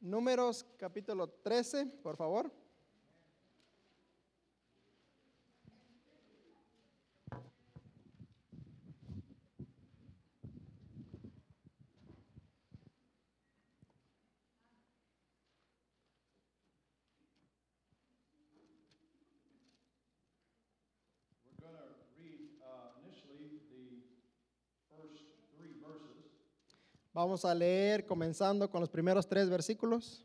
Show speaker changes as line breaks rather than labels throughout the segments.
Números capítulo 13, por favor.
We're going to read uh, initially the first three verses.
Vamos a leer comenzando con los primeros tres versículos.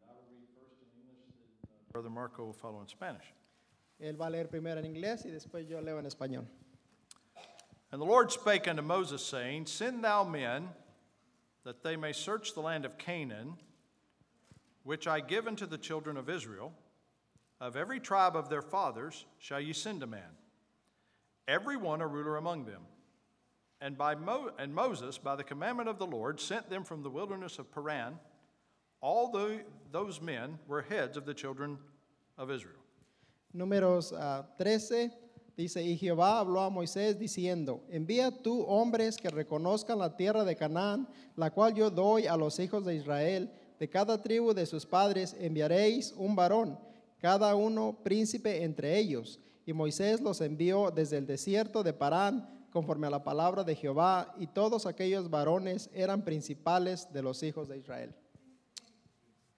And I will read first in English, then uh, Brother Marco will follow in Spanish.
Él va a leer primero en inglés y después yo leo en español.
And the Lord spake unto Moses, saying, Send thou men, that they may search the land of Canaan, which I give unto the children of Israel. Of every tribe of their fathers shall ye send a man, every one a ruler among them. And, by Mo- and Moses, by the commandment of the Lord, sent them from the wilderness of Paran. All tho- those men were heads of the children of Israel.
Números ah, 13 dice, y Jehová habló a Moisés diciendo, envía tú hombres que reconozcan la tierra de Canaán, la cual yo doy a los hijos de Israel, de cada tribu de sus padres enviaréis un varón, cada uno príncipe entre ellos. Y Moisés los envió desde el desierto de Parán, conforme a la palabra de Jehová, y todos aquellos varones eran principales de los hijos de Israel.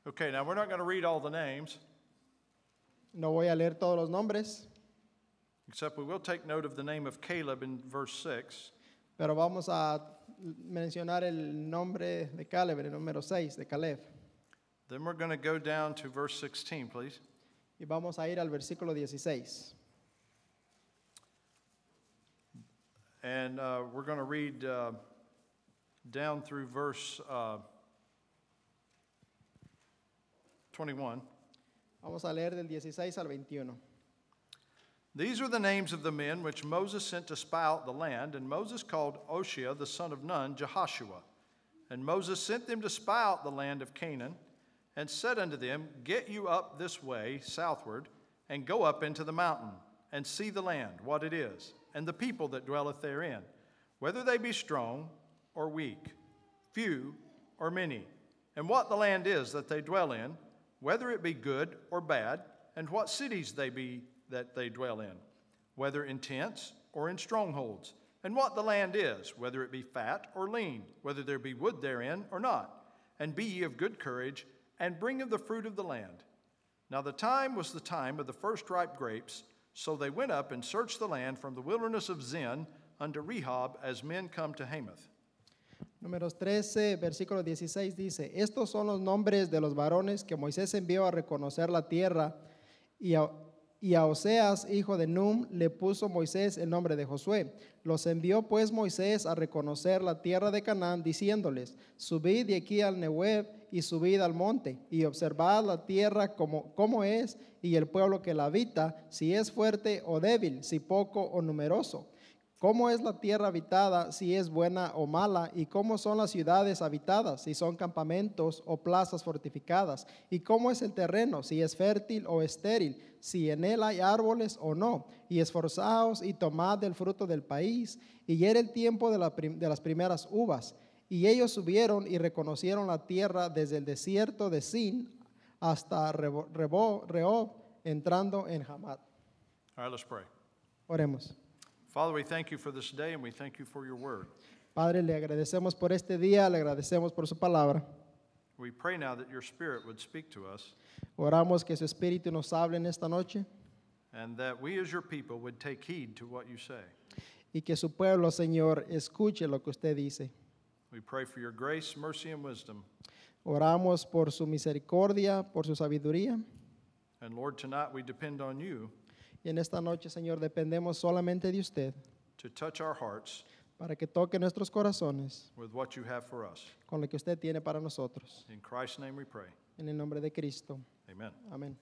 Okay, now we're not going to read all the names.
No voy a leer todos los nombres,
Except we will take note of the name of Caleb in verse 6.
Pero vamos a mencionar el nombre de Caleb, el número 6 de Caleb.
Then we're going to go down to verse 16, please.
Y vamos a ir al versículo 16.
And uh, we're going to read uh, down through verse uh, 21.
Vamos a leer del 16 al 21.
These are the names of the men which Moses sent to spy out the land, and Moses called Oshia the son of Nun Jehoshua. And Moses sent them to spy out the land of Canaan, and said unto them, Get you up this way southward, and go up into the mountain, and see the land, what it is, and the people that dwelleth therein, whether they be strong or weak, few or many, and what the land is that they dwell in, whether it be good or bad, and what cities they be that they dwell in, whether in tents or in strongholds, and what the land is, whether it be fat or lean, whether there be wood therein or not. And be ye of good courage, and bring of the fruit of the land. Now the time was the time of the first ripe grapes, so they went up and searched the land from the wilderness of Zin unto Rehob, as men come to Hamath.
Números 13, versículo 16 dice, estos son los nombres de los varones que Moisés envió a reconocer la tierra. Y a, y a Oseas, hijo de Num, le puso Moisés el nombre de Josué. Los envió pues Moisés a reconocer la tierra de Canaán, diciéndoles, subid de aquí al Nehueb y subid al monte, y observad la tierra como, como es, y el pueblo que la habita, si es fuerte o débil, si poco o numeroso. ¿Cómo es la tierra habitada, si es buena o mala? ¿Y cómo son las ciudades habitadas, si son campamentos o plazas fortificadas? ¿Y cómo es el terreno, si es fértil o estéril? ¿Si en él hay árboles o no? Y esforzaos y tomad del fruto del país, y era el tiempo de, la prim- de las primeras uvas. Y ellos subieron y reconocieron la tierra desde el desierto de Sin hasta Rebo- Rebo- Rehob, entrando en Hamad.
All right, let's pray.
Oremos.
Father, we thank you for this day, and we thank you for your word.
Padre, le agradecemos por este día, le agradecemos por su palabra.
We pray now that your spirit would speak to us,
Oramos que su espíritu nos hable en esta noche
and that we as your people would take heed to what you say.
y que su pueblo, Señor, escuche lo que usted dice.
We pray for your grace, mercy, and wisdom.
Oramos por su misericordia, por su sabiduría.
And Lord, tonight we depend on you
Y en esta noche, Señor, dependemos solamente de usted
to touch our hearts
para que toque nuestros corazones
with what you have for us.
con lo que usted tiene para nosotros.
In Christ's name we pray.
En el nombre de Cristo.
Amen.
Amén.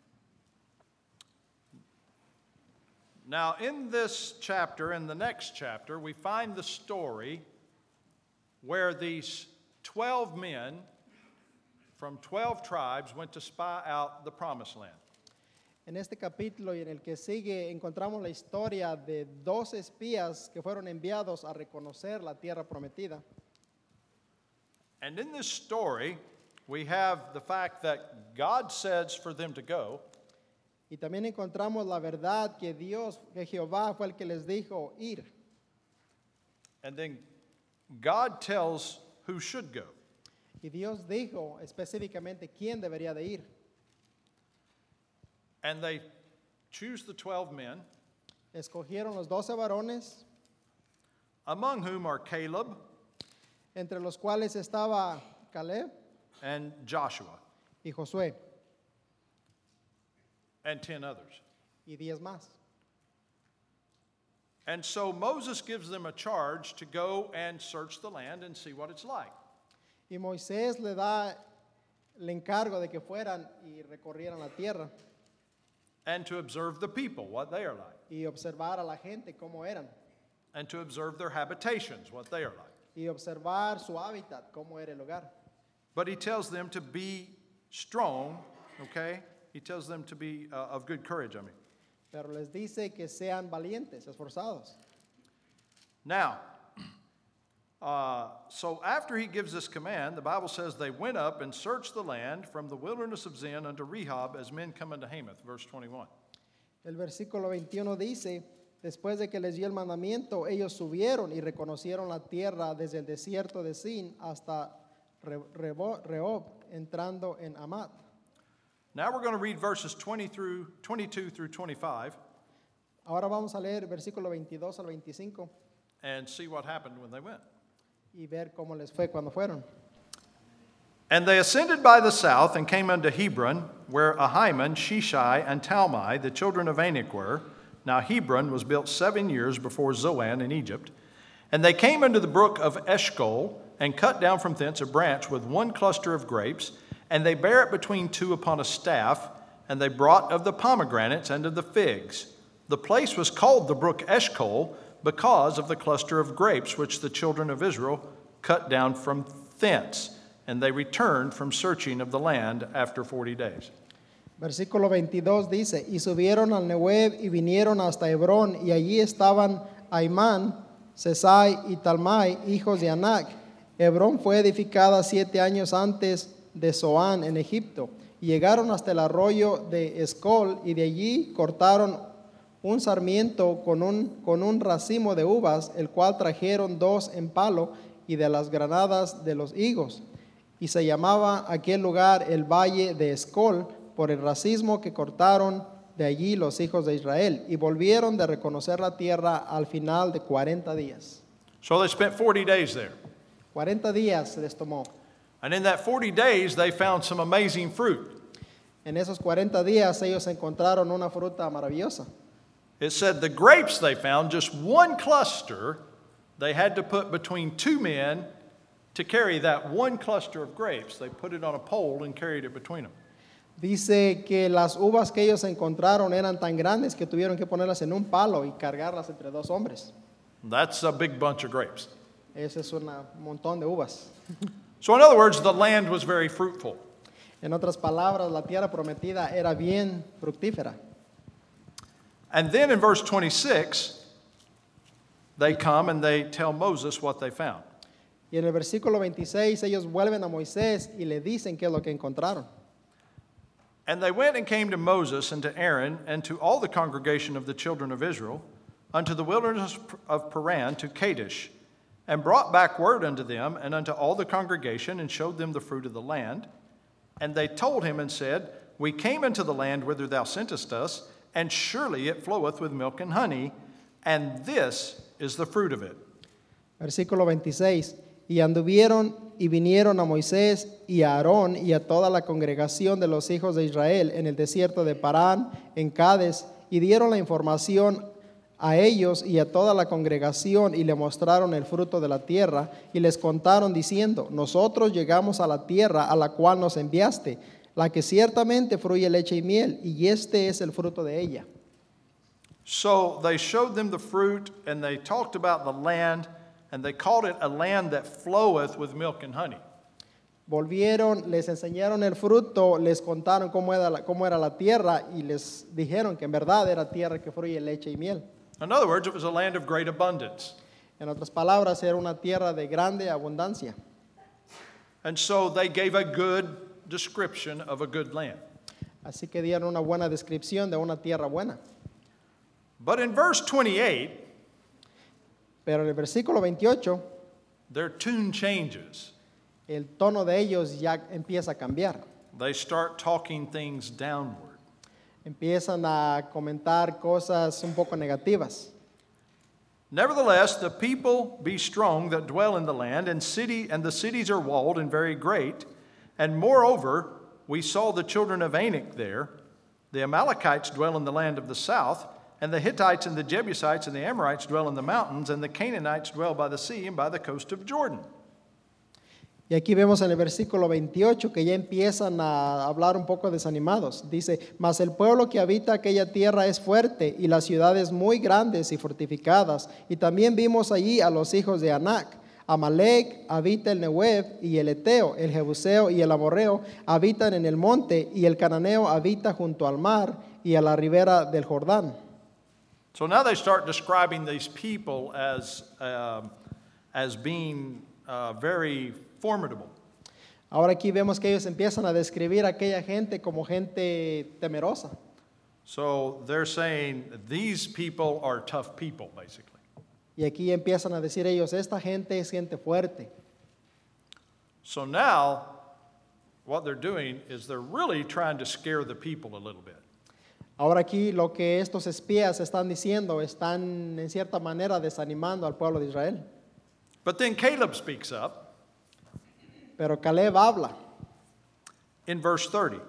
Now, in this chapter and the next chapter, we find the story where these 12 men from 12 tribes went to spy out the promised land.
En este capítulo y en el que sigue encontramos la historia de dos espías que fueron enviados a reconocer la tierra prometida.
And in this story, we have the fact that God says for them to go,
Y también encontramos la verdad que Dios, que Jehová fue el que les dijo ir.
and then God tells who should go.
Y Dios dijo específicamente quién debería de ir.
And they choose the 12 men,
Escogieron los doce varones,
among whom are Caleb
entre los cuales estaba Caleb
and Joshua
y Josué
and 10 others.
y diez más.
And so Moses gives them a charge to go and search the land and see what it's like.
Y Moisés le da el encargo de que fueran y recorrieran la tierra
and to observe the people, what they are like,
y observar a la gente cómo eran
and to observe their habitations, what they are like.
y observar su hábitat, cómo era el lugar.
But he tells them to be strong, okay? He tells them to be uh, of good courage, I mean.
Pero les dice que sean valientes, esforzados.
Now, uh, so after he gives this command, the Bible says they went up and searched the land from the wilderness of Zin unto Rehob as men come unto Hamath, verse 21.
El versículo 21 dice, después de que les dio el mandamiento, ellos subieron y reconocieron la tierra desde el desierto de Sin hasta Re- Rebo- Rehob, entrando en Amat.
Now we're going to read verses 20 through 22 through 25
Ahora vamos a leer versículo 22 al 25
and see what happened when they went.
y ver cómo les fue cuando fueron.
And they ascended by the south and came unto Hebron, where Ahiman, Shishai, and Talmai, the children of Anak, were. Now Hebron was built seven years before Zoan in Egypt. And they came unto the brook of Eshcol, and cut down from thence a branch with one cluster of grapes, and they bare it between two upon a staff, and they brought of the pomegranates and of the figs. The place was called the brook Eshcol because of the cluster of grapes which the children of Israel cut down from thence. And they returned from searching of the land after 40 days.
Versículo 22 dice, y subieron al Nehueb y vinieron hasta Hebrón, y allí estaban Aimán, Sesai y Talmai, hijos de Anac. Hebrón fue edificada siete años antes de Zoán en Egipto. Y llegaron hasta el arroyo de Escol, y de allí cortaron un sarmiento con un, con un racimo de uvas, el cual trajeron dos en palo, y de las granadas de los higos. Y se llamaba aquel lugar el Valle de Escol por el racismo que cortaron de allí los hijos de Israel y volvieron de reconocer la tierra al final de 40 días.
So they spent 40 days there.
40 días se les tomó.
And in that 40 days, they found some amazing fruit.
En esos 40 días ellos encontraron una fruta maravillosa.
It said the grapes they found, just one cluster, they had to put between two men to carry that one cluster of grapes. They put it on a pole and carried it between them.
Dice que las uvas que ellos encontraron eran tan grandes que tuvieron que ponerlas en un palo y cargarlas entre dos hombres.
That's a big bunch of grapes.
Ese es un montón de uvas.
So, in other words, the land was very fruitful.
En otras palabras, la tierra prometida era bien fructífera.
And then in verse 26, they come and they tell Moses what they found.
Y en el versículo 26 ellos vuelven a Moisés y le dicen qué es lo que encontraron.
And they went and came to Moses and to Aaron and to all the congregation of the children of Israel unto the wilderness of Paran to Kadesh, and brought back word unto them and unto all the congregation, and showed them the fruit of the land. And they told him and said, We came into the land whither thou sentest us, and surely it floweth with milk and honey, and this is the fruit of it.
Versículo 26. Y anduvieron y vinieron a Moisés y a Aarón y a toda la congregación de los hijos de Israel en el desierto de Parán, en Cades, y dieron la información a ellos y a toda la congregación y le mostraron el fruto de la tierra y les contaron diciendo, nosotros llegamos a la tierra a la cual nos enviaste, la que ciertamente fluye leche y miel, y este es el fruto de ella.
So they showed them the fruit, and they talked about the land, and they called it a land that floweth with milk and honey.
Volvieron, les enseñaron el fruto, les contaron cómo era, la, cómo era la tierra y les dijeron que en verdad era tierra que fluye leche y miel.
In other words, it was a land of great abundance.
En otras palabras, era una tierra de grande abundancia.
And so they gave a good description of a good land.
Así que dieron una buena descripción de una tierra buena.
But in verse 28,
Pero en el versículo 28,
their tune changes.
el tono de ellos ya empieza a cambiar.
They start talking things downward.
Empiezan a comentar cosas un poco negativas.
Nevertheless, the people be strong that dwell in the land, and city and the cities are walled and very great. And moreover, we saw the children of Anak there. The Amalekites dwell in the land of the south, and the Hittites and the Jebusites and the Amorites dwell in the mountains, and the Canaanites dwell by the sea and by the coast of Jordan.
Y aquí vemos en el versículo 28 que ya empiezan a hablar un poco desanimados. Dice, mas el pueblo que habita aquella tierra es fuerte y las ciudades muy grandes y fortificadas. Y también vimos allí a los hijos de Anac. Amalek habita el Nehuev y el Eteo, el Jebuseo y el Amorreo habitan en el monte y el Cananeo habita junto al mar y a la ribera del Jordán.
So now they start describing these people as, um, as being uh, very formidable.
Ahora aquí vemos que ellos empiezan a describir a aquella gente como gente temerosa.
So they're saying these people are tough people, basically.
Y aquí empiezan a decir ellos, esta gente es gente fuerte.
So now, what they're doing is they're really trying to scare the people a little bit.
Ahora aquí lo que estos espías están diciendo, están en cierta manera desanimando al pueblo de Israel.
But then Caleb speaks up
Pero Caleb habla,
in verse 30.
en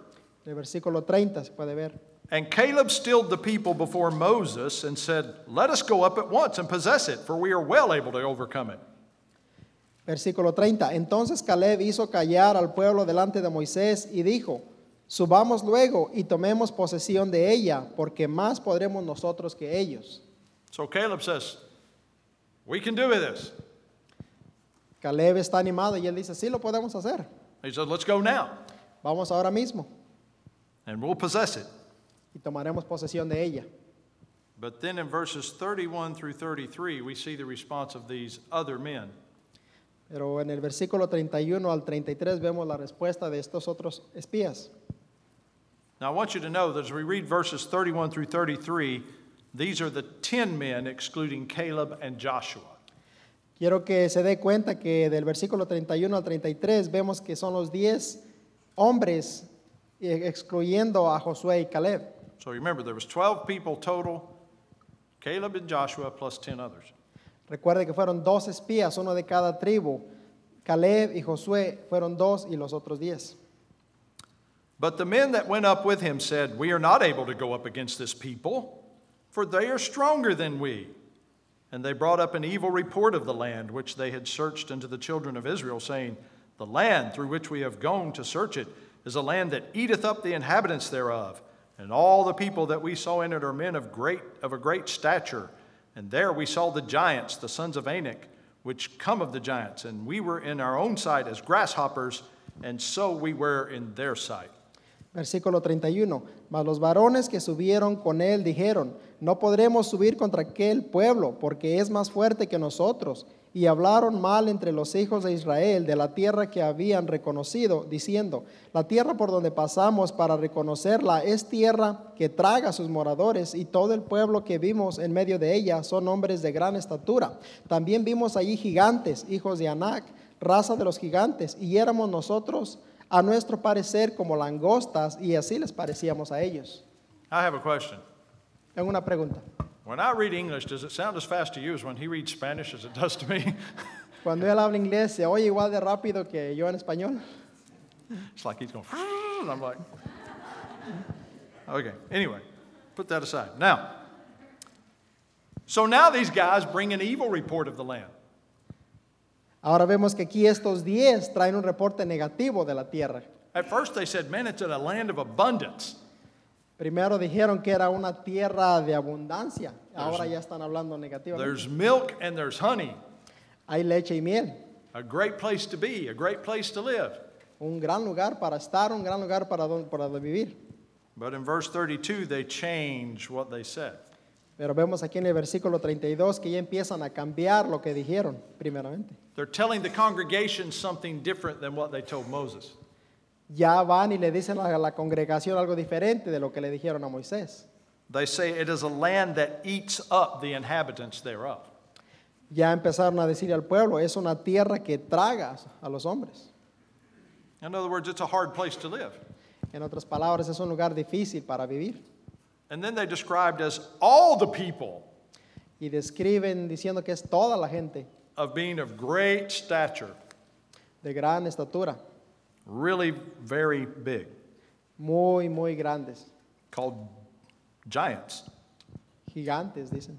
el versículo 30 se puede ver.
And Caleb stilled the people before Moses and said, Let us go up at once and possess it, for we are well able to overcome it.
Versículo 30. Entonces Caleb hizo callar al pueblo delante de Moisés y dijo, subamos luego y tomemos posesión de ella, porque más podremos nosotros que ellos.
So Caleb says, We can do this.
Caleb está animado y él dice, sí lo podemos hacer.
He said, Let's go now,
Vamos ahora mismo
and we'll possess it.
y tomaremos posesión de ella.
But then in verses 31 through 33, we see the response of these other men.
Pero en el versículo 31 al 33 vemos la respuesta de estos otros espías.
Now, I want you to know that as we read verses 31 through 33, these are the 10 men excluding Caleb and Joshua.
Quiero que se dé cuenta que del versículo 31 al 33 vemos que son los 10 hombres eh, excluyendo a Josué y Caleb.
So remember, there was 12 people total, Caleb and Joshua plus 10 others.
Recuerde que fueron dos espías, uno de cada tribu. Caleb y Josué fueron dos y los otros 10.
But the men that went up with him said, We are not able to go up against this people, for they are stronger than we. And they brought up an evil report of the land which they had searched unto the children of Israel, saying, The land through which we have gone to search it is a land that eateth up the inhabitants thereof. And all the people that we saw in it are men of great of a great stature. And there we saw the giants, the sons of Anak, which come of the giants, and we were in our own sight as grasshoppers, and so we were in their sight.
Versículo 31. Mas los varones que subieron con él dijeron, no podremos subir contra aquel pueblo, porque es más fuerte que nosotros. Y hablaron mal entre los hijos de Israel de la tierra que habían reconocido, diciendo, la tierra por donde pasamos para reconocerla es tierra que traga a sus moradores y todo el pueblo que vimos en medio de ella son hombres de gran estatura. También vimos allí gigantes, hijos de Anac, raza de los gigantes, y éramos nosotros a nuestro parecer como langostas y así les parecíamos a ellos.
I have a question.
Tengo una pregunta.
When I read English, does it sound as fast to you as when he reads Spanish as it does to me?
Cuando él habla inglés se oye igual de rápido que yo en español.
it's like he's going, and I'm like, okay. Anyway, put that aside. Now, so now these guys bring an evil report of the land.
Ahora vemos que aquí estos 10 traen un reporte negativo de la tierra.
At first, they said, man, it's in a land of abundance.
Primero dijeron que era una tierra de abundancia, ahora ya están hablando negativamente.
There's milk and there's honey,
Hay leche y miel,
a great place to be, a great place to live.
un gran lugar para estar, un gran lugar para, don- para vivir.
But in verse 32, they change what they said.
Pero vemos aquí en el versículo 32 que ya empiezan a cambiar lo que dijeron primeramente.
They're telling the congregation something different than what they told Moses.
Ya van y le dicen a la congregación algo diferente de lo que le dijeron a Moisés.
They say it is a land that eats up the inhabitants thereof.
Ya empezaron a decir al pueblo, es una tierra que traga a los hombres.
In other words, it's a hard place to live.
En otras palabras, es un lugar difícil para vivir.
And then they described as all the people
Y describen diciendo que es toda la gente
of being of great stature,
de gran estatura,
really very big,
muy, muy grandes,
called giants.
gigantes, dicen.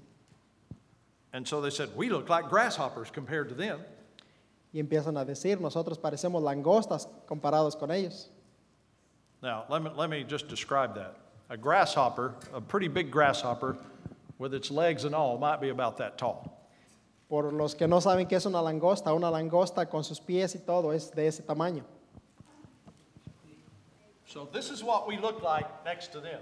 And so they said, We look like grasshoppers compared to them.
Y empiezan a decir, nosotros parecemos langostas comparados con ellos.
Now, let me, let me just describe that. A grasshopper, a pretty big grasshopper, with its legs and all, might be about that tall.
Por los que no saben qué es una langosta, una langosta con sus pies y todo es de ese tamaño.
So, this is what we look like next to them.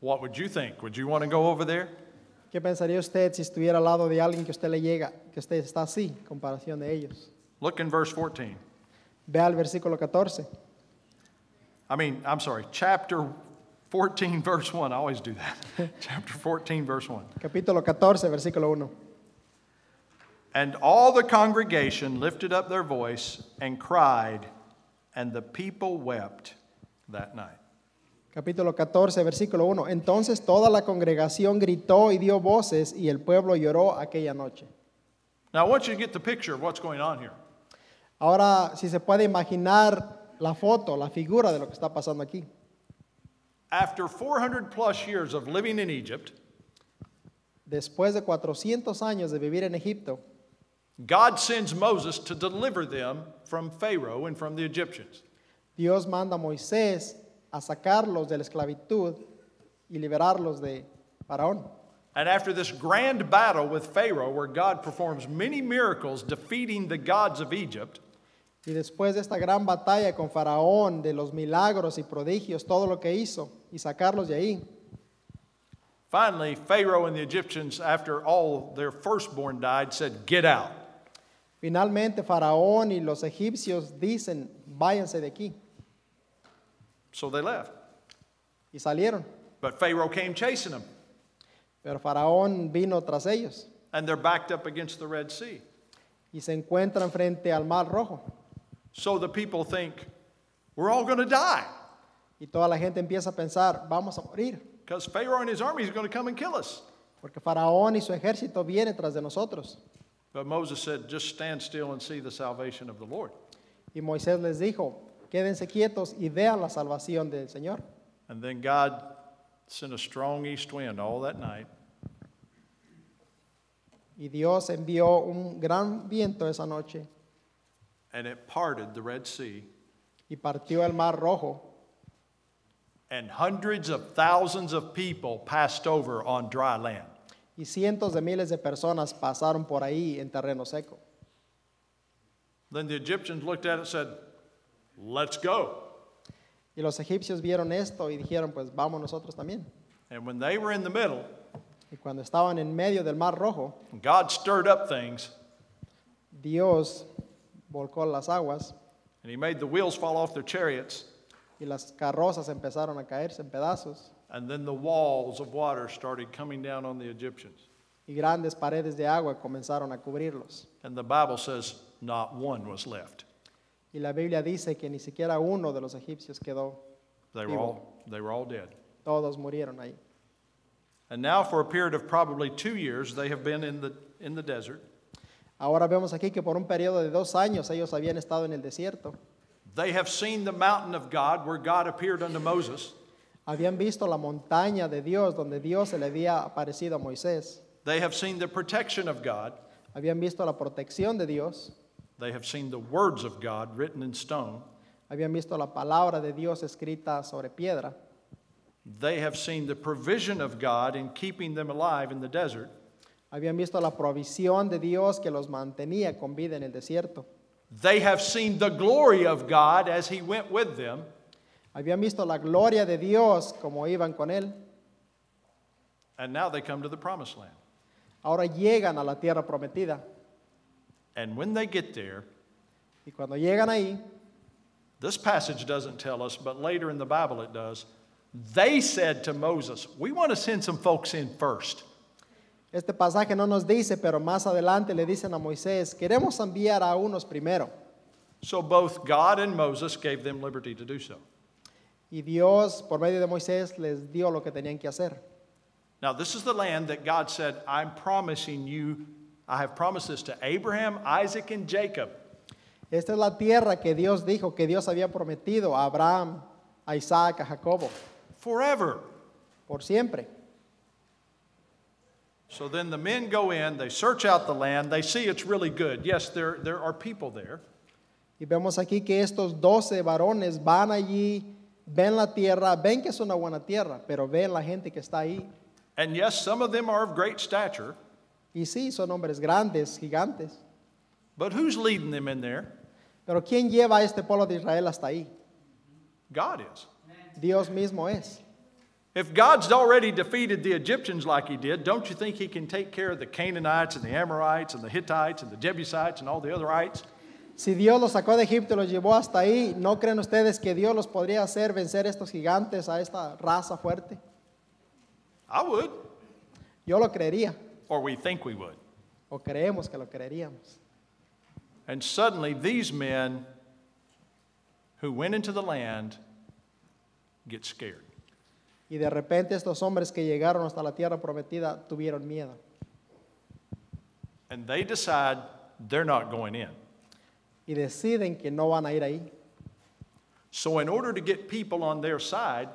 what would you think? Would you want to go over there?
¿Qué pensaría usted si estuviera al lado de alguien que usted le llega, que usted está así, en comparación de ellos?
Look in verse 14.
Vea el versículo 14.
I mean, I'm sorry, chapter 14, verse 1. I always do that. chapter 14, verse 1.
Capítulo 14, versículo 1.
And all the congregation lifted up their voice and cried, and the people wept that night.
Capítulo 14, versículo 1. Entonces toda la congregación gritó y dio voces y el pueblo lloró aquella noche.
Now, I want you to get the picture of what's going on here.
Ahora, si se puede imaginar la foto, la figura de lo que está pasando aquí.
After 400 plus years of living in Egypt,
Después de 400 años de vivir en Egipto,
God sends Moses to deliver them from Pharaoh and from the Egyptians.
Dios manda a Moisés a sacarlos de la esclavitud y liberarlos de Faraón.
And after this grand battle with Pharaoh, where God performs many miracles defeating the gods of Egypt,
Y después de esta gran batalla con Faraón, de los milagros y prodigios, todo lo que hizo, y sacarlos de ahí,
Finally, Pharaoh and the Egyptians, after all their firstborn died, said, Get out.
finalmente Faraón y los egipcios dicen, váyanse de aquí.
So they left.
Y salieron.
But Pharaoh came chasing them,
Pero Faraón vino tras ellos
and they're backed up against the Red Sea.
y se encuentran frente al Mar Rojo.
So the people think, We're all going to die
Y toda la gente empieza a pensar, vamos a morir,
because Pharaoh and his army is going to come and kill us.
porque Faraón y su ejército vienen tras de nosotros.
But Moses said, Just stand still and see the salvation of the Lord.
Y Moisés les dijo, quédense quietos y vean la salvación del Señor.
And then God sent a strong east wind all that night,
Y Dios envió un gran viento esa noche
and it parted the Red Sea,
y partió el mar rojo
and hundreds of thousands of people passed over on dry land.
y cientos de miles de personas pasaron por ahí en terreno seco.
Then the Egyptians looked at it and said, Let's go.
Y los egipcios vieron esto y dijeron, pues vamos nosotros también.
And when they were in the middle,
Y cuando estaban en medio del mar rojo,
God stirred up things
Dios volcó las aguas
and He made the wheels fall off their chariots,
y las carrozas empezaron a caerse en pedazos
and then the walls of water started coming down on the Egyptians.
y grandes paredes de agua comenzaron a cubrirlos.
And the Bible says, Not one was left.
Y la Biblia dice que ni siquiera uno de los egipcios quedó,
They were all, they were all dead.
todos murieron ahí.
And now, for a period of probably two years, they have been in the, in the desert.
Ahora vemos aquí que por un periodo de dos años ellos habían estado en el desierto,
They have seen the mountain of God where God appeared unto Moses.
habían visto la montaña de Dios donde Dios se le había aparecido a Moisés,
They have seen the protection of God.
habían visto la protección de Dios,
They have seen the words of God written in stone.
habían visto la palabra de Dios escrita sobre piedra,
They have seen the provision of God in keeping them alive in the desert,
habían visto la provisión de Dios que los mantenía con vida en el desierto,
they have seen the glory of God as He went with them,
Habían visto la gloria de Dios como iban con él.
And now they come to the promised land.
Ahora llegan a la tierra prometida.
And when they get there,
Y cuando llegan ahí,
this passage doesn't tell us, but later in the Bible it does. They said to Moses, We want to send some folks in first.
este pasaje no nos dice, pero más adelante le dicen a Moisés, queremos enviar a unos primero.
So both God and Moses gave them liberty to do so.
Y Dios, por medio de Moisés, les dio lo que tenían que hacer.
Now, this is the land that God said, I'm promising you, I have promised this to Abraham, Isaac, and Jacob.
Esta es la tierra que Dios dijo, que Dios había prometido a Abraham, a Isaac, a Jacobo,
forever.
por siempre.
So then the men go in, they search out the land, they see it's really good. Yes, there, there are people there,
Y vemos aquí que estos doce varones van allí, ven la tierra, ven que es una buena tierra, pero ven la gente que está ahí.
and yes, some of them are of great stature,
Y sí, son hombres grandes, gigantes.
but who's leading them in there?
Pero ¿quién lleva a este pueblo de Israel hasta ahí?
God is.
Dios mismo es.
If God's already defeated the Egyptians like he did, don't you think he can take care of the Canaanites and the Amorites and the Hittites and the Jebusites and all the otherites?
Si Dios los sacó de Egipto y los llevó hasta ahí, ¿no creen ustedes que Dios los podría hacer vencer a estos gigantes, a esta raza fuerte?
I would,
Yo lo creería,
or we think we would.
o creemos que lo creeríamos.
And suddenly, these men who went into the land get scared.
Y de repente estos hombres que llegaron hasta la tierra prometida tuvieron miedo.
And they decide they're not going in.
y deciden que no van a ir ahí.
So, in order to get people on their side,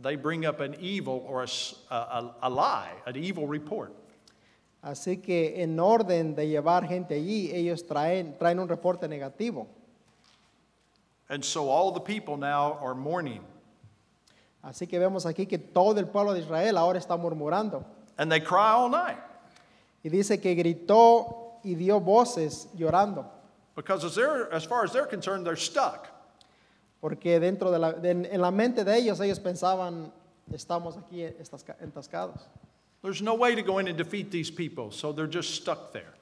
they bring up an evil or a, s- a- a- a lie, an evil report.
Así que en orden de llevar gente allí, ellos traen, traen un reporte negativo.
And so, all the people now are mourning.
Así que vemos aquí que todo el pueblo de Israel ahora está murmurando.
And they cry all night
Y dice que gritó y dio voces llorando,
because, as, they're, as far as they're concerned, they're stuck.
porque dentro de la, de- en la mente de ellos ellos pensaban, estamos aquí estasca- entascados.
There's no way to go in and defeat these people, so they're just stuck there.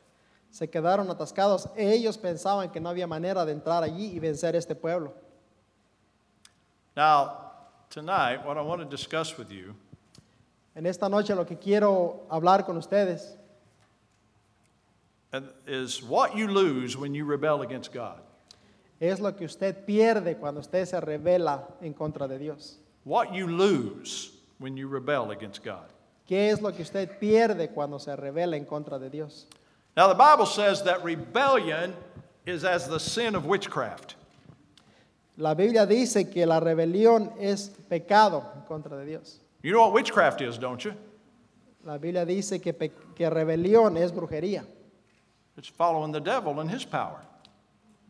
Se quedaron atascados. Ellos pensaban que no había manera de entrar allí y vencer este pueblo.
Now, tonight, what I want to discuss with you
En esta noche lo que quiero hablar con ustedes
and- uh, is what you lose when you rebel against God,
es lo que usted pierde cuando usted se revela en contra de Dios.
what you lose when you rebel against God.
¿Qué es lo que usted pierde cuando se revela en contra de Dios?
Now, the Bible says that rebellion is as the sin of witchcraft.
La Biblia dice que la rebelión es pecado en contra de Dios.
You know what witchcraft is, don't you?
La Biblia dice que, pe- que rebelión es brujería.
It's following the devil and his power.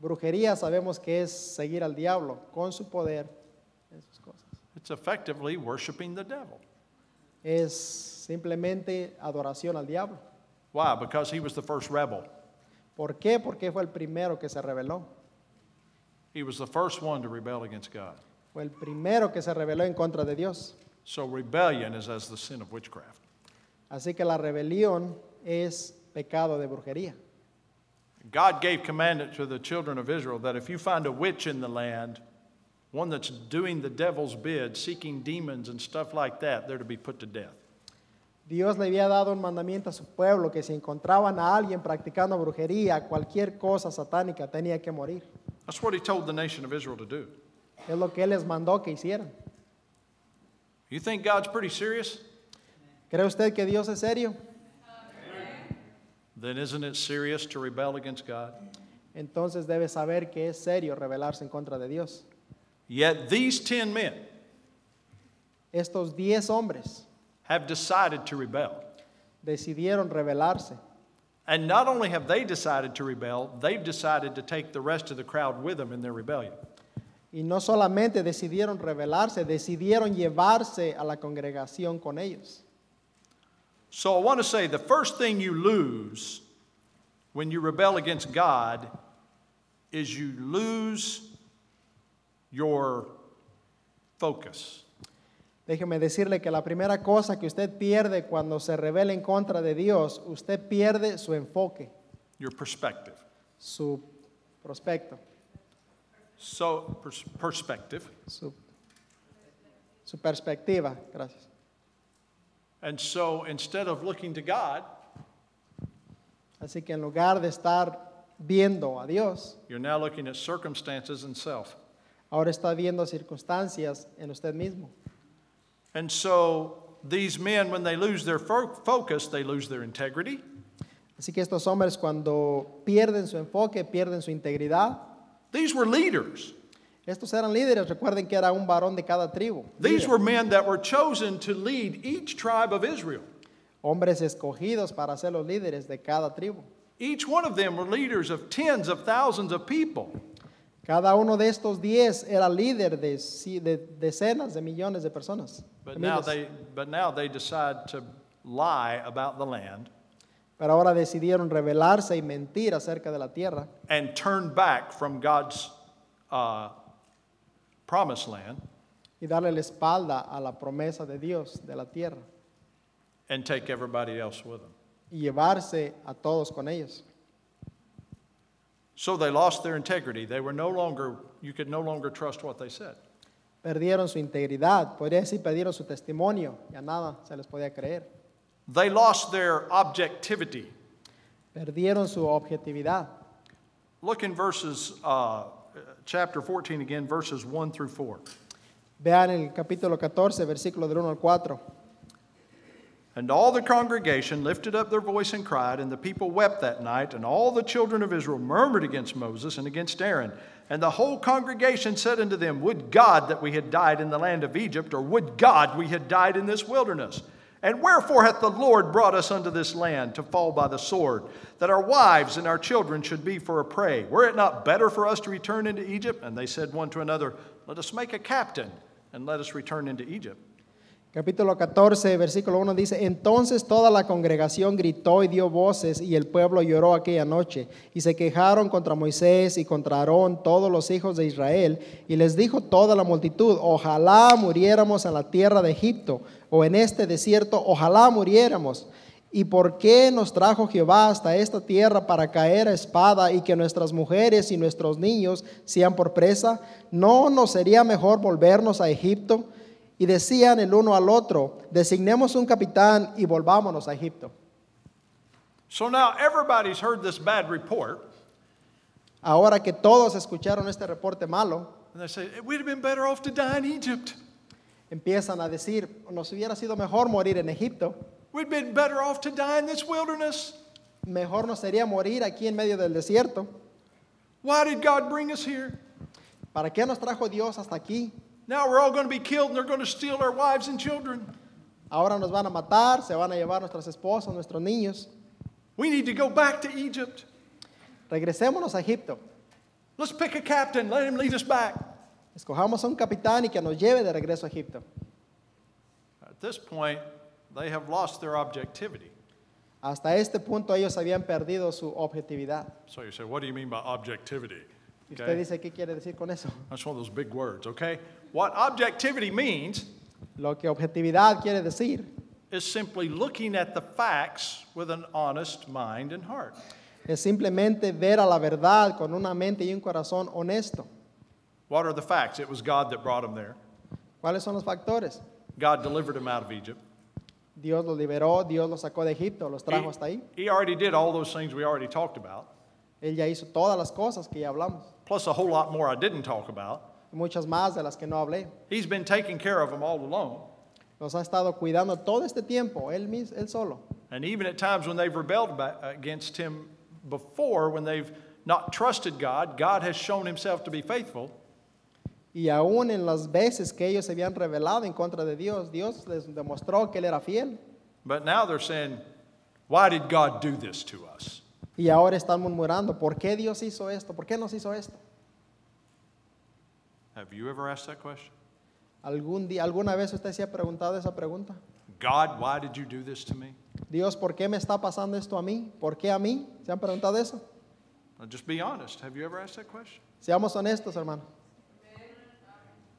Brujería sabemos que es seguir al diablo con su poder, esas cosas.
It's effectively worshiping the devil.
Es simplemente adoración al diablo.
Why? Because he was the first rebel.
¿Por qué? Porque fue el primero que se rebeló.
He was the first one to rebel against God.
Fue el primero que se rebeló en contra de Dios.
So, rebellion is as the sin of witchcraft.
Así que la rebelión es pecado de brujería.
God gave commandment to the children of Israel that if you find a witch in the land, one that's doing the devil's bid, seeking demons and stuff like that, they're to be put to death.
Dios le había dado un mandamiento a su pueblo que si encontraban a alguien practicando brujería, cualquier cosa satánica, tenía que morir.
That's what he told the nation of Israel to do.
Es lo que Él les mandó que hicieran.
You think God's pretty serious?
¿Cree usted que Dios es serio?
Then isn't it serious to rebel against God?
Entonces debe saber que es serio rebelarse en contra de Dios.
Yet these 10 men
Estos diez hombres
have decided to rebel.
decidieron rebelarse.
And not only have they decided to rebel, they've decided to take the rest of the crowd with them in their rebellion.
Y no solamente decidieron rebelarse, decidieron llevarse a la congregación con ellos.
So I want to say the first thing you lose when you rebel against God is you lose your focus.
Déjeme decirle que la primera cosa que usted pierde cuando se revela en contra de Dios, usted pierde su enfoque,
your perspective.
su prospecto,
So, pers- perspective.
su, su perspectiva. Gracias.
And so, instead of looking to God,
Así que en lugar de estar viendo a Dios,
you're now looking at circumstances and self.
ahora está viendo circunstancias en usted mismo.
And so, these men, when they lose their fo- focus, they lose their integrity,
Así que estos hombres cuando pierden su enfoque, pierden su integridad.
These were leaders.
Estos eran líderes, recuerden que era un varón de cada tribu.
These
líder.
were men that were chosen to lead each tribe of Israel.
hombres escogidos para ser los líderes de cada tribu.
Each one of them were leaders of tens of thousands of people.
Cada uno de estos diez era líder de, ci- de decenas de millones de personas.
But
de
now
miles.
they, but now they decide to lie about the land
Pero ahora decidieron rebelarse y mentir acerca de la tierra
and turn back from God's uh, promised land
y darle la espalda a la promesa de Dios de la tierra
and take everybody else with them.
y llevarse a todos con ellos.
So they lost their integrity. They were no longer, you could no longer trust what they said.
Perdieron su integridad, podría decir, perdieron su testimonio, ya nada se les podía creer.
They lost their objectivity.
Perdieron su objetividad.
Look in verses, uh, chapter 14 again, verses 1 through 4.
Vean el capítulo 14, versículo del 1 al 4.
And all the congregation lifted up their voice and cried, and the people wept that night, and all the children of Israel murmured against Moses and against Aaron. And the whole congregation said unto them, Would God that we had died in the land of Egypt, or would God we had died in this wilderness? And wherefore hath the Lord brought us unto this land to fall by the sword, that our wives and our children should be for a prey? Were it not better for us to return into Egypt? And they said one to another, Let us make a captain, and let us return into Egypt.
Capítulo 14, versículo 1 dice, entonces toda la congregación gritó y dio voces y el pueblo lloró aquella noche y se quejaron contra Moisés y contra Aarón todos los hijos de Israel y les dijo toda la multitud, ojalá muriéramos en la tierra de Egipto o en este desierto, ojalá muriéramos. ¿Y por qué nos trajo Jehová hasta esta tierra para caer a espada y que nuestras mujeres y nuestros niños sean por presa? ¿No nos sería mejor volvernos a Egipto? Y decían el uno al otro, designemos un capitán y volvámonos a Egipto.
So now everybody's heard this bad report.
Ahora que todos escucharon este reporte malo,
And they say, We'd have been better off to die in Egypt.
empiezan a decir, nos hubiera sido mejor morir en Egipto,
We'd been better off to die in this wilderness.
mejor nos sería morir aquí en medio del desierto.
Why did God bring us here?
¿Para qué nos trajo Dios hasta aquí?
Now we're all going to be killed and they're going to steal our wives and children.
Ahora nos van a matar, se van a llevar nuestras esposas, nuestros niños.
We need to go back to Egypt.
Regresémonos a Egipto.
Let's pick a captain, let him lead us back.
Escojamos a un capitán y que nos lleve de regreso a Egipto.
At this point, they have lost their objectivity.
Hasta este punto ellos habían perdido su objetividad.
So you say, What do you mean by objectivity?
Y usted
Okay?
dice, ¿qué quiere decir con eso?
That's one of those big words, okay? What objectivity means
Lo que objetividad quiere decir
is simply looking at the facts with an honest mind and heart.
es simplemente ver a la verdad con una mente y un corazón honesto.
What are the facts? It was God that brought him there.
¿Cuáles son los factores?
God delivered him out of Egypt.
Dios los liberó, Dios los sacó de Egipto, los trajo hasta ahí.
He already did all those things we already talked about,
Él ya hizo todas las cosas que ya hablamos,
plus a whole lot more I didn't talk about.
y muchas más de las que no hablé.
He's been taking care of them all along.
Los ha estado cuidando todo este tiempo, él mismo, él solo.
And even at times when they've rebelled ba- against him before, when they've not trusted God, God has shown himself to be faithful.
Y aún en las veces que ellos se habían rebelado en contra de Dios, Dios les demostró que él era fiel.
But now they're saying, Why did God do this to us?
Y ahora están murmurando, ¿por qué Dios hizo esto? ¿Por qué nos hizo esto?
Have you ever asked that question?
¿Algún día, ¿Alguna vez usted se ha preguntado esa pregunta?
God, why did you do this to me?
Dios, ¿por qué me está pasando esto a mí? ¿Por qué a mí? ¿Se han preguntado eso?
Now just be honest. Have you ever asked that question?
Seamos honestos, hermano.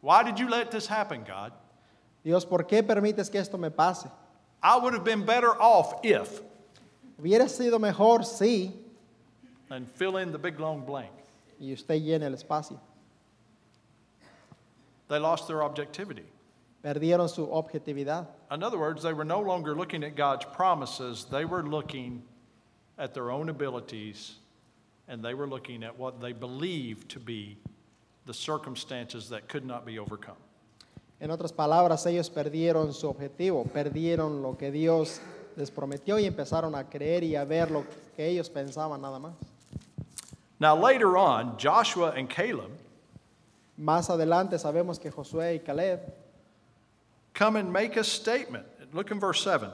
Why did you let this happen, God?
Dios, ¿por qué permites que esto me pase?
I would have been better off if,
Hubiera sido mejor si,
and fill in the big long blank.
y usted llena el espacio.
They lost their objectivity.
Perdieron su objetividad.
In other words, they were no longer looking at God's promises, they were looking at their own abilities and they were looking at what they believed to be the circumstances that could not be overcome.
En otras palabras, ellos perdieron su objetivo, perdieron lo que Dios les prometió y empezaron a creer y a ver lo que ellos pensaban nada más.
Now, later on, Joshua and Caleb
Más adelante sabemos que Josué y Caleb,
come and make a statement. Look in verse 7.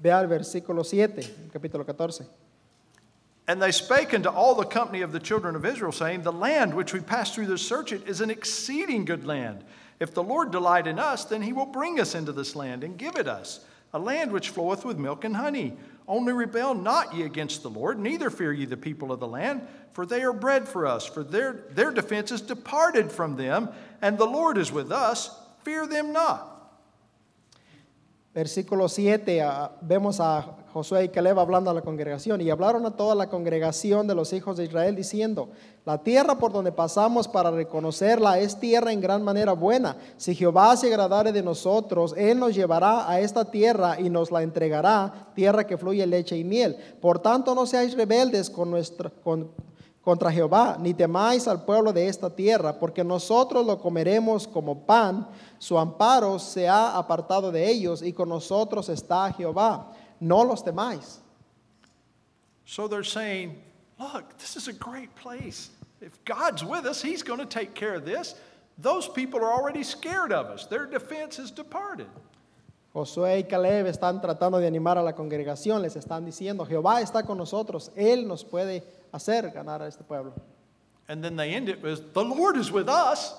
vea el versículo 7, capítulo 14.
And they spake unto all the company of the children of Israel, saying, The land which we passed through to search it is an exceeding good land. If the Lord delight in us, then he will bring us into this land and give it us, a land which floweth with milk and honey. Only rebel not ye against the Lord, neither fear ye the people of the land, for they are bread for us, for their, their defense is departed from them, and the Lord is with us, fear them not.
Versículo 7, ah, vemos a Josué y Caleb hablando a la congregación y hablaron a toda la congregación de los hijos de Israel diciendo, la tierra por donde pasamos para reconocerla es tierra en gran manera buena. Si Jehová se agradare de nosotros, Él nos llevará a esta tierra y nos la entregará, tierra que fluye leche y miel. Por tanto, no seáis rebeldes con nuestra... con- contra Jehová, ni temáis al pueblo de esta tierra, porque nosotros lo comeremos como pan, su amparo se ha apartado de ellos, y con nosotros está Jehová. No los temáis.
So they're saying, Look, this is a great place. If God's with us, He's going to take care of this. Those people are already scared of us, their defense has departed.
Josué y Caleb están tratando de animar a la congregación, les están diciendo, Jehová está con nosotros, Él nos puede hacer ganar a este pueblo.
And then they end it with, The Lord is with us.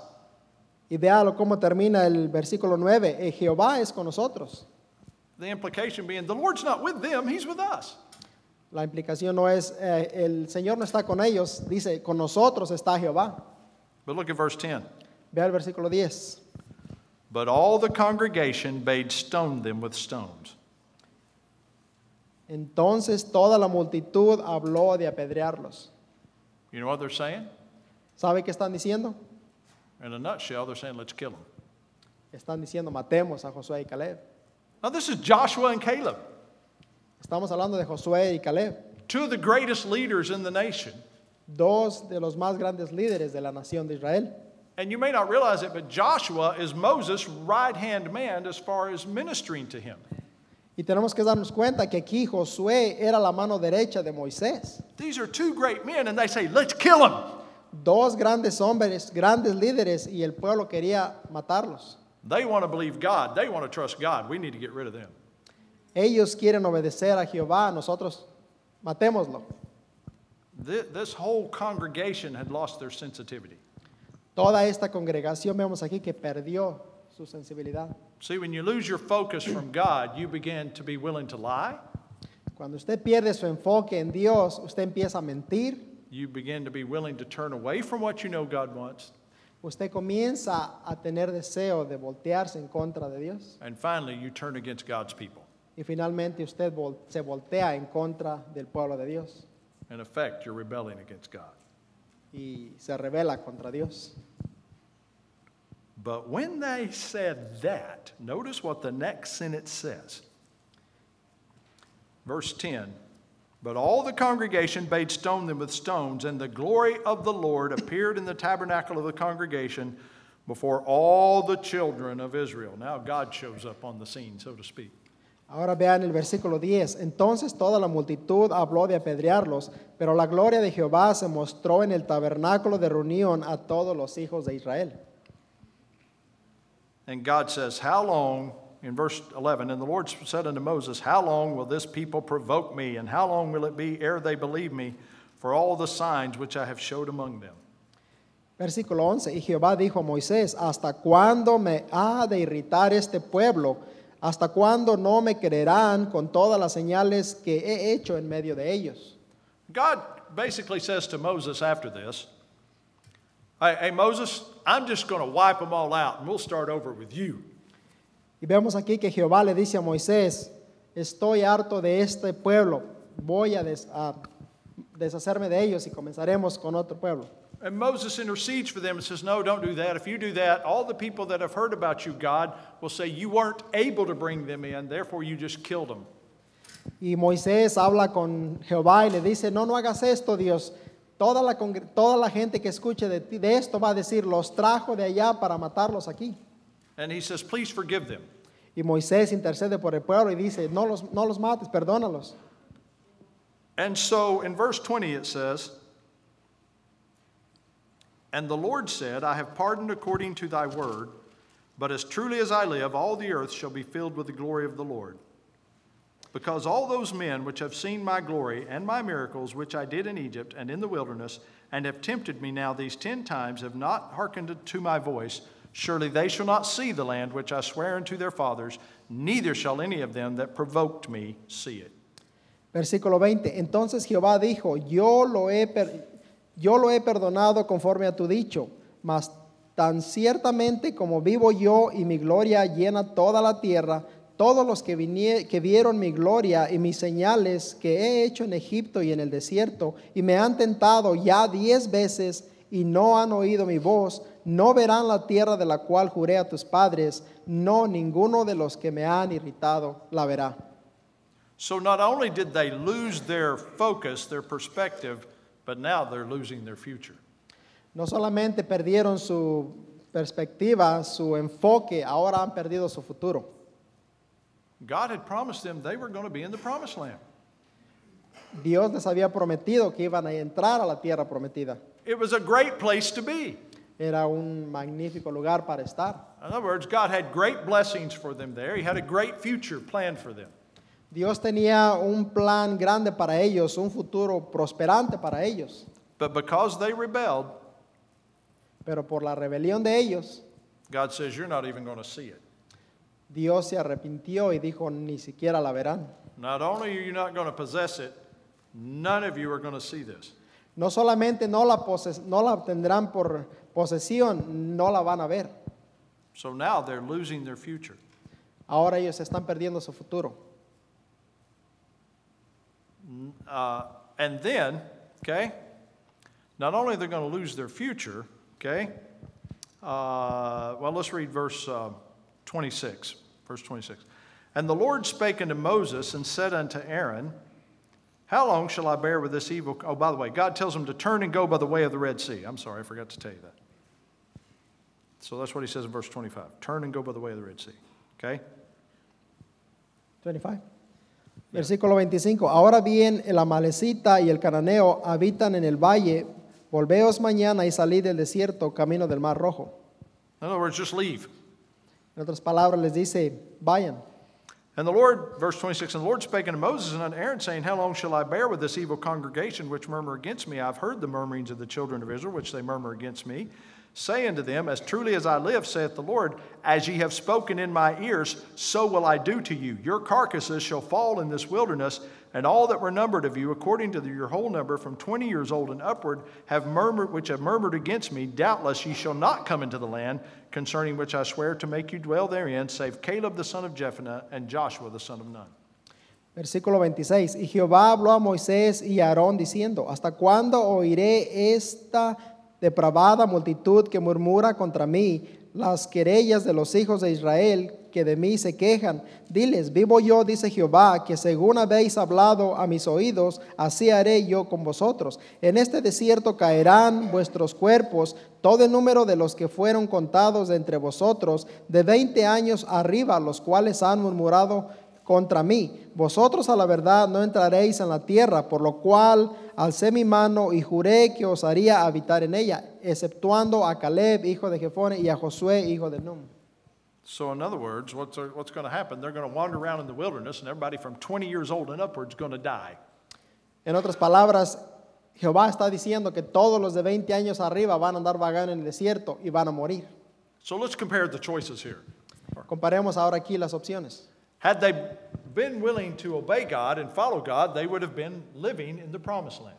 Y véalo cómo termina el versículo 9, "Eh, Jehová es con nosotros.
The implication being, The Lord's not with them, He's with us.
La implicación no es, eh, el Señor no está con ellos, dice, con nosotros está Jehová.
But look at verse 10.
Vea el versículo 10.
But all the congregation bade stone them with stones.
Entonces toda la multitud habló de apedrearlos.
You know what they're saying?
¿Sabe qué están diciendo?
In a nutshell, they're saying, Let's kill them.
Están diciendo, matemos a Josué y Caleb.
Now, this is Joshua and Caleb,
Estamos hablando de Josué y Caleb,
two of the greatest leaders in the nation.
dos de los más grandes líderes de la nación de Israel.
And you may not realize it, but Joshua is Moses' right hand man as far as ministering to him.
Y tenemos que darnos cuenta que aquí Josué era la mano derecha de Moisés.
These are two great men, and they say, Let's kill him.
Dos grandes hombres, grandes líderes, y el pueblo quería matarlos.
They want to believe God. They want to trust God. We need to get rid of them.
Ellos quieren obedecer a Jehová, nosotros matémoslo.
Th- This whole congregation had lost their sensitivity.
Toda esta congregación vemos aquí que perdió su sensibilidad.
See, when you lose your focus from God, you begin to be willing to lie.
Cuando usted pierde su enfoque en Dios, usted empieza a mentir,
You begin to be willing to turn away from what you know God wants.
usted comienza a tener deseo de voltearse en contra de Dios
And finally, you turn against God's people.
y finalmente usted vol- se voltea en contra del pueblo de Dios
In effect, you're rebelling against God.
y se revela contra Dios.
But when they said that, notice what the next sentence says. Verse 10 But all the congregation bade stone them with stones, and the glory of the Lord appeared in the tabernacle of the congregation before all the children of Israel. Now God shows up on the scene, so to speak.
Ahora vean el versículo 10. Entonces toda la multitud habló de apedrearlos, pero la gloria de Jehová se mostró en el tabernáculo de reunión a todos los hijos de Israel.
And God says, How long, in verse 11, and the Lord said unto Moses, How long will this people provoke me, and how long will it be ere they believe me for all the signs which I have showed among them?
Versículo 11, y Jehová dijo a Moisés, ¿hasta cuándo me ha de irritar este pueblo? ¿Hasta cuándo no me creerán con todas las señales que he hecho en medio de ellos?
God basically says to Moses after this, Hey, hey, Moses, I'm just going to wipe them all out and we'll start over with you.
Y vemos aquí que Jehová le dice a Moisés, estoy harto de este pueblo, voy a, des- a deshacerme de ellos y comenzaremos con otro pueblo.
And Moses intercedes for them and says, No, don't do that. If you do that, all the people that have heard about you, God, will say you weren't able to bring them in, therefore you just killed them.
Y Moisés habla con Jehová y le dice, no, no hagas esto, Dios. Toda la, congre- toda la gente que escuche de, ti, de esto va a decir, los trajo de allá para matarlos aquí.
And he says, Please forgive them.
Y Moisés intercede por el pueblo y dice, no los, no los mates, perdónalos.
And so in verse 20 it says, And the Lord said, I have pardoned according to thy word, but as truly as I live, all the earth shall be filled with the glory of the Lord. Because all those men which have seen my glory and my miracles, which I did in Egypt and in the wilderness, and have tempted me now these ten times, have not hearkened to my voice, surely they shall not see the land which I swear unto their fathers, neither shall any of them that provoked me see it.
Versículo 20. Entonces Jehová dijo, yo lo he, per- yo lo he perdonado conforme a tu dicho, mas tan ciertamente como vivo yo y mi gloria llena toda la tierra, todos los que, vinie- que vieron mi gloria y mis señales que he hecho en Egipto y en el desierto, y me han tentado ya diez veces y no han oído mi voz, no verán la tierra de la cual juré a tus padres, no ninguno de los que me han irritado la verá.
So not only did they lose their focus, their perspective, but now they're losing their future.
No solamente perdieron su perspectiva, su enfoque, ahora han perdido su futuro.
God had promised them they were going to be in the promised land.
Dios les había prometido que iban a entrar a la tierra prometida.
It was a great place to be.
Era un magnífico lugar para estar.
In other words, God had great blessings for them there. He had a great future planned for them.
Dios tenía un plan grande para ellos, un futuro prosperante para ellos.
But because they rebelled,
Pero por la rebelión de ellos,
God says, You're not even going to see it.
Dios se arrepintió y dijo, ni siquiera la verán.
Not only are you not going to possess it, none of you are going to see this.
No solamente no la, poses- no la obtendrán por posesión, no la van a ver.
So now they're losing their future.
Ahora ellos están perdiendo su futuro.
Uh, and then, okay, not only are they going to lose their future, okay, uh, well, let's read verse uh, 26. Verse 26. And the Lord spake unto Moses and said unto Aaron, How long shall I bear with this evil? Oh, by the way, God tells him to turn and go by the way of the Red Sea. I'm sorry, I forgot to tell you that. So that's what he says in verse 25 turn and go by the way of the Red Sea. Okay?
25. Versículo 25. Ahora bien, el amalecita y el cananeo habitan en el valle. Volveos mañana y salid del desierto, camino del mar rojo.
In other words, just leave.
En otras palabras, les dice, vayan.
And the Lord, verse 26, and the Lord spake unto Moses and unto Aaron, saying, How long shall I bear with this evil congregation which murmur against me? I've heard the murmurings of the children of Israel, which they murmur against me. Say unto them, As truly as I live, saith the Lord, as ye have spoken in my ears, so will I do to you. Your carcasses shall fall in this wilderness, and all that were numbered of you, according to your whole number, from twenty years old and upward, have murmured, which have murmured against me. Doubtless ye shall not come into the land concerning which I swear to make you dwell therein, save Caleb the son of Jephunneh and Joshua the son of Nun.
Versículo 26. Y Jehová habló a Moisés y a Aarón diciendo, ¿hasta cuándo oiré esta depravada multitud que murmura contra mí? Las querellas de los hijos de Israel que de mí se quejan. Diles, vivo yo, dice Jehová, que según habéis hablado a mis oídos, así haré yo con vosotros. En este desierto caerán vuestros cuerpos, todo el número de los que fueron contados de entre vosotros, de 20 años arriba, los cuales han murmurado contra mí. Vosotros a la verdad no entraréis en la tierra, por lo cual alcé mi mano y juré que os haría habitar en ella, exceptuando a Caleb, hijo de Jefone, y a Josué, hijo de Num.
So, in other words, what's, what's going to happen? They're going to wander around in the wilderness, and everybody from 20 years old and upwards is going to die.
En otras palabras, Jehová está diciendo que todos los de 20 años arriba van a andar vagando en el desierto y van a morir.
So, let's compare the choices here.
Comparemos ahora aquí las opciones.
Had they been willing to obey God and follow God, they would have been living in the promised land.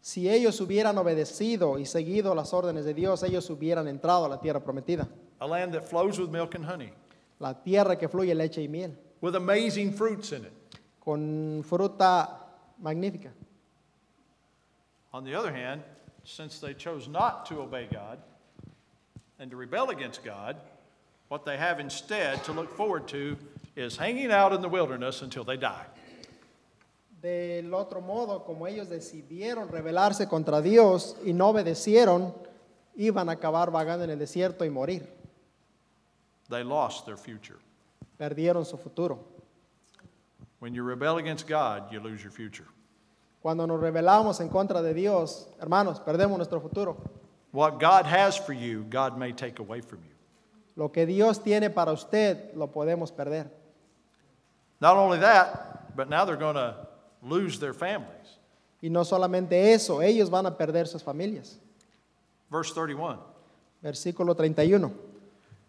Si ellos hubieran obedecido y seguido las órdenes de Dios, ellos hubieran entrado a la tierra prometida,
a land that flows with milk and honey,
la tierra que fluye leche y miel,
with amazing fruits in it.
con fruta magnífica.
On the other hand, since they chose not to obey God and to rebel against God, what they have instead to look forward to is hanging out in the wilderness until they die.
Del otro modo, como ellos decidieron rebelarse contra Dios y no obedecieron, iban a acabar vagando en el desierto y morir.
They lost their future.
Perdieron su futuro.
When you rebel against God, you lose your future.
Cuando nos rebelamos en contra de Dios, hermanos, perdemos nuestro futuro.
What God has for you, God may take away from you.
Lo que Dios tiene para usted lo podemos perder.
Not only that, but now they're going to lose their families.
Y no solamente eso, ellos van a perder sus familias.
Verse 31
Versículo 31.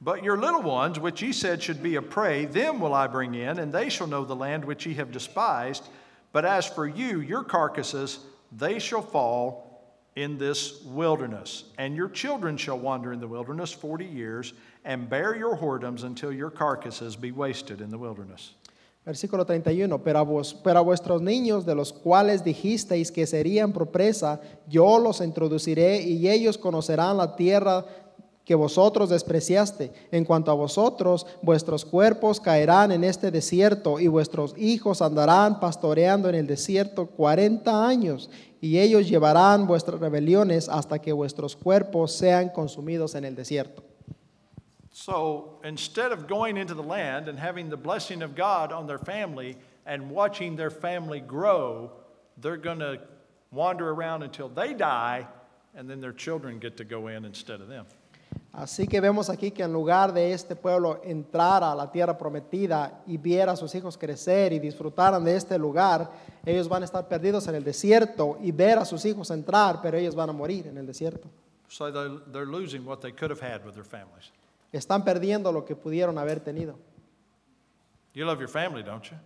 But your little ones, which ye said should be a prey, them will I bring in, and they shall know the land which ye have despised. But as for you, your carcasses, they shall fall in this wilderness, and your children shall wander in the wilderness forty years, and bear your whoredoms until your carcasses be wasted in the wilderness.
Versículo 31. Pero a, vos, pero a vuestros niños, de los cuales dijisteis que serían por presa, yo los introduciré y ellos conocerán la tierra que vosotros despreciaste. En cuanto a vosotros, vuestros cuerpos caerán en este desierto y vuestros hijos andarán pastoreando en el desierto 40 años y ellos llevarán vuestras rebeliones hasta que vuestros cuerpos sean consumidos en el desierto.
So instead of going into the land and having the blessing of God on their family and watching their family grow, they're going to wander around until they die, and then their children get to go in instead of them.
Así que vemos aquí que en lugar de este pueblo entrar a la tierra prometida y viera a sus hijos crecer y disfrutaran de este lugar, ellos van a estar perdidos en el desierto y ver a sus hijos entrar, pero ellos van a morir en el desierto.
So they're, they're losing what they could have had with their families.
Están perdiendo lo que pudieron haber tenido.
You love your family, don't you?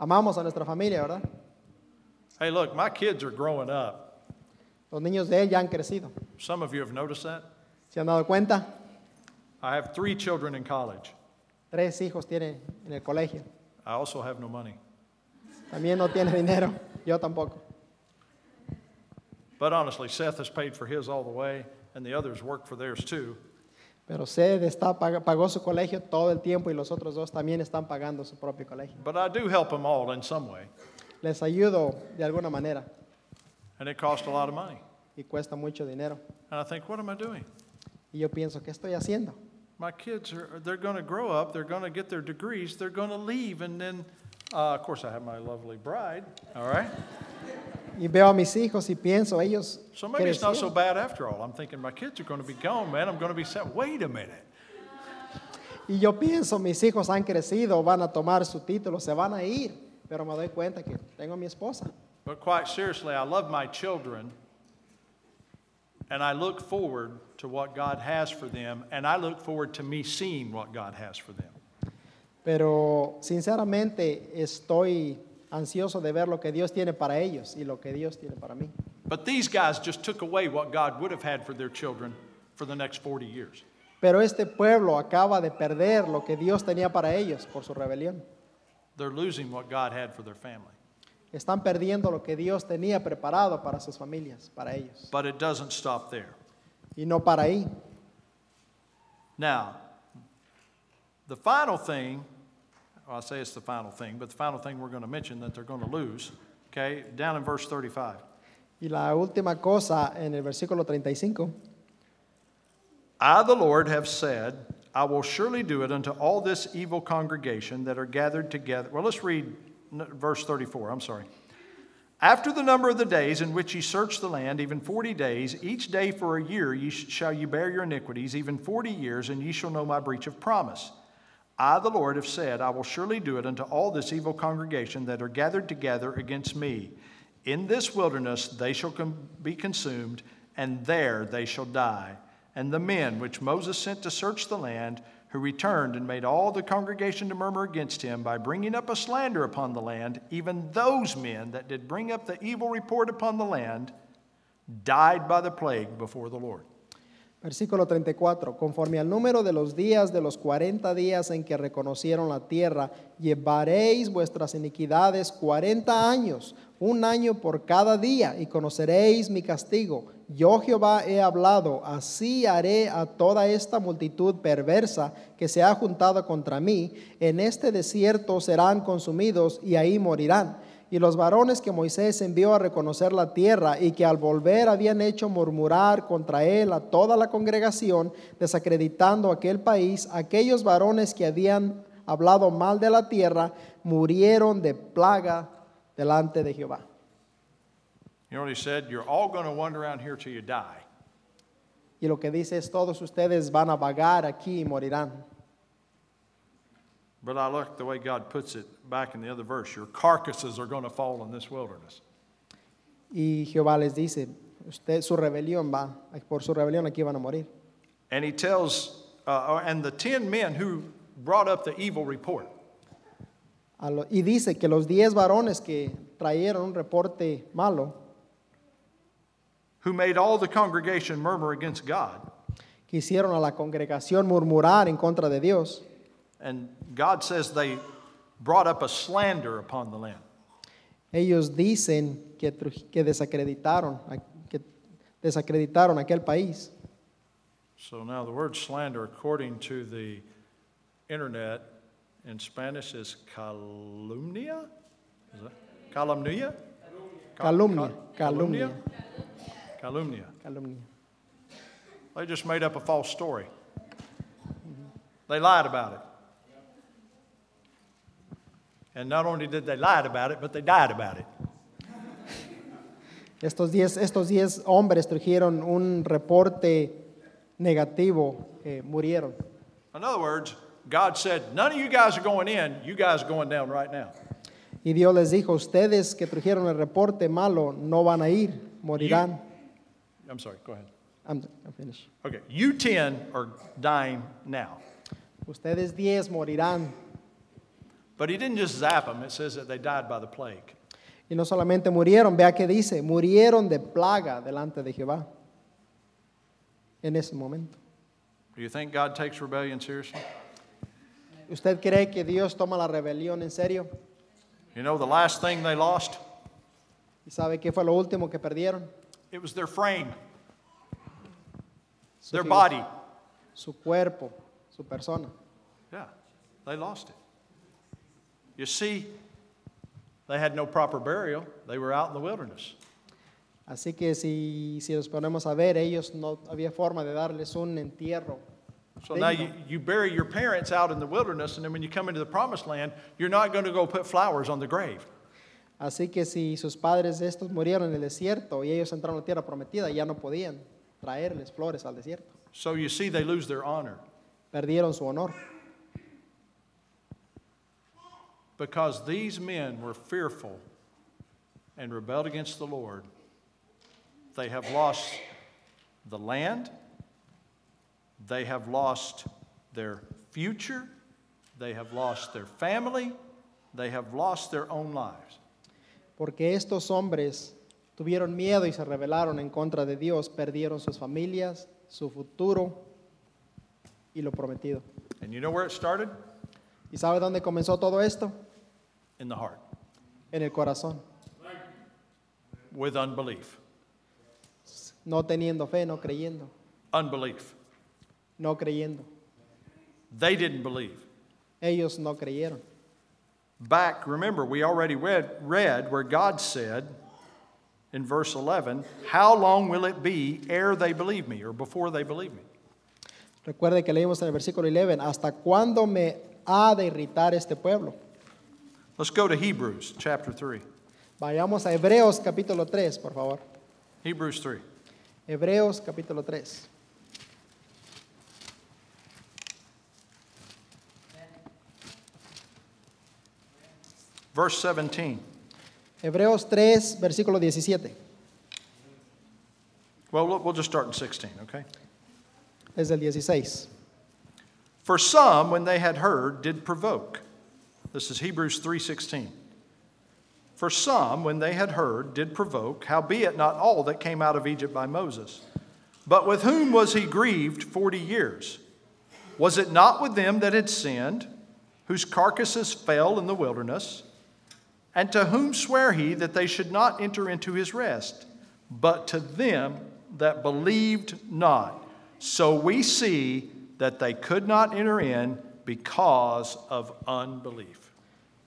Amamos a nuestra familia, ¿verdad?
Hey, look, my kids are growing up.
Los niños de él ya han crecido.
Some of you have noticed that.
¿Se han dado cuenta?
I have three children in college.
Tres hijos tiene en el colegio.
I also have no money.
También no tiene dinero. Yo tampoco.
But honestly, Seth has paid for his all the way, and the others work for theirs too.
Pero Sed está, pag- pagó su colegio todo el tiempo y los otros dos también están pagando su propio colegio.
But I do help them all in some way,
Les ayudo de alguna manera
and it costs a lot of money.
y cuesta mucho dinero.
And I think, what am I doing?
Y yo pienso, ¿qué estoy haciendo?
My kids are, they're going to grow up, they're going to get their degrees, they're going to leave, and then, uh, of course, I have my lovely bride, all right?
Y veo a mis hijos y pienso, ellos
So maybe it's not so
crecieron.
bad after all. I'm thinking, my kids are going to be gone, man. I'm going to be set. Wait a minute.
Y yo pienso, mis hijos han crecido, van a tomar su título, se van a ir. Pero me doy cuenta que tengo a mi esposa.
But quite seriously, I love my children, and I look forward to what God has for them, and I look forward to me seeing what God has for them.
Pero sinceramente estoy ansioso de ver lo que Dios tiene para ellos y lo que Dios tiene para mí.
But these guys just took away what God would have had for their children for the next 40 years.
Pero este pueblo acaba de perder lo que Dios tenía para ellos por su rebelión.
They're losing what God had for their family.
Están perdiendo lo que Dios tenía preparado para sus familias, para ellos.
But it doesn't stop there.
Y no para ahí.
Now, the final thing, well, I say it's the final thing, but the final thing we're going to mention that they're going to lose, okay, down in verse 35.
Y la última cosa en el versículo 35.
I, the Lord, have said, I will surely do it unto all this evil congregation that are gathered together. Well, let's read n- verse 34. I'm sorry. After the number of the days in which ye search the land, even forty days, each day for a year ye sh- shall ye bear your iniquities, even forty years, and ye shall know my breach of promise. I, the Lord, have said, I will surely do it unto all this evil congregation that are gathered together against me. In this wilderness they shall com- be consumed, and there they shall die. And the men which Moses sent to search the land, who returned and made all the congregation to murmur against him by bringing up a slander upon the land, even those men that did bring up the evil report upon the land, died by the plague before the Lord.
Versículo 34. Conforme al número de los días de los 40 días en que reconocieron la tierra, llevaréis vuestras iniquidades 40 años, un año por cada día, y conoceréis mi castigo. Yo Jehová he hablado, así haré a toda esta multitud perversa que se ha juntado contra mí. En este desierto serán consumidos y ahí morirán. Y los varones que Moisés envió a reconocer la tierra y que al volver habían hecho murmurar contra él a toda la congregación, desacreditando aquel país, aquellos varones que habían hablado mal de la tierra, murieron de plaga delante de Jehová.
You know what he said? You're all going to wander around here till you die.
Y lo que dice es, todos ustedes van a vagar aquí y morirán.
But I like the way God puts it back in the other verse. Your carcasses are going to fall in this wilderness.
Y Jehová les dice, usted, su rebelión va, por su rebelión aquí van a morir.
And he tells, uh, oh, and the 10 men who brought up the evil report,
A lo- y dice que los diez varones que trajeron un reporte malo,
who made all the congregation murmur against God,
que hicieron a la congregación murmurar en contra de Dios.
and God says they brought up a slander upon the land.
Ellos dicen que, tru- que desacreditaron, a- que desacreditaron aquel país.
So now the word slander, according to the internet in Spanish, is calumnia? Is that- Calumnia? Cal-
Calumnia.
cal-
Calumnia.
Calumnia.
Calumnia.
They just made up a false story. They lied about it. And not only did they lie about it, but they died about it.
Estos diez, estos diez hombres trajeron un reporte negativo, eh, murieron.
In other words, God said, None of you guys are going in, you guys are going down right now.
Y Dios les dijo, ustedes que trajeron el reporte malo no van a ir, morirán.
I'm sorry, go ahead.
I'm- I'm finished.
Okay, you 10 are dying now.
Ustedes diez morirán.
But he didn't just zap them, it says that they died by the plague.
Y no solamente murieron, vea que dice, murieron de plaga delante de Jehová en ese momento.
Do you think God takes rebellion seriously?
¿Usted cree que Dios toma la rebelión en serio?
You know, the last thing they lost,
¿Y sabe qué fue lo último que perdieron?
it was their frame,
Su,
their
figu-
body.
su cuerpo, su persona.
Yeah, they lost it. You see, they had no proper burial. They were out in the wilderness.
Así que si, si nos ponemos a ver, ellos no había forma de darles un entierro.
So
There
now
you
you, you bury your parents out in the wilderness, and then when you come into the promised land, you're not going to go put flowers on the grave.
Así que si sus padres de estos murieron en el desierto y ellos entraron a la tierra prometida, ya no podían traerles flores al desierto.
So you see, they lose their honor
Perdieron su honor.
because these men were fearful and rebelled against the Lord. They have lost the land, they have lost their future, they have lost their family, they have lost their own lives.
Porque estos hombres tuvieron miedo y se rebelaron en contra de Dios, perdieron sus familias, su futuro y lo prometido.
And you know where it started?
¿Y sabe dónde comenzó todo esto?
In the heart,
En el corazón.
with unbelief.
No teniendo fe, no creyendo,
Unbelief.
no creyendo.
They didn't believe.
Ellos no creyeron.
Back, remember, we already read, read where God said in verse 11, How long will it be ere they believe me or before they believe me?
Recuerde que leímos en el versículo 11, ¿hasta cuándo me ha de irritar este pueblo?
Let's go to Hebrews chapter 3.
Vayamos a Hebreos capítulo 3, por favor.
Hebrews 3.
Hebreos capítulo 3.
Verse 17.
Hebreos 3, versículo 17.
Well, look, we'll just start in 16, okay?
Desde el 16.
For some, when they had heard, did provoke. This is Hebrews 3:16. For some, when they had heard, did provoke, howbeit not all that came out of Egypt by Moses. But with whom was he grieved forty years? Was it not with them that had sinned, whose carcasses fell in the wilderness? And to whom sware he that they should not enter into his rest? But to them that believed not. So we see that they could not enter in because of unbelief.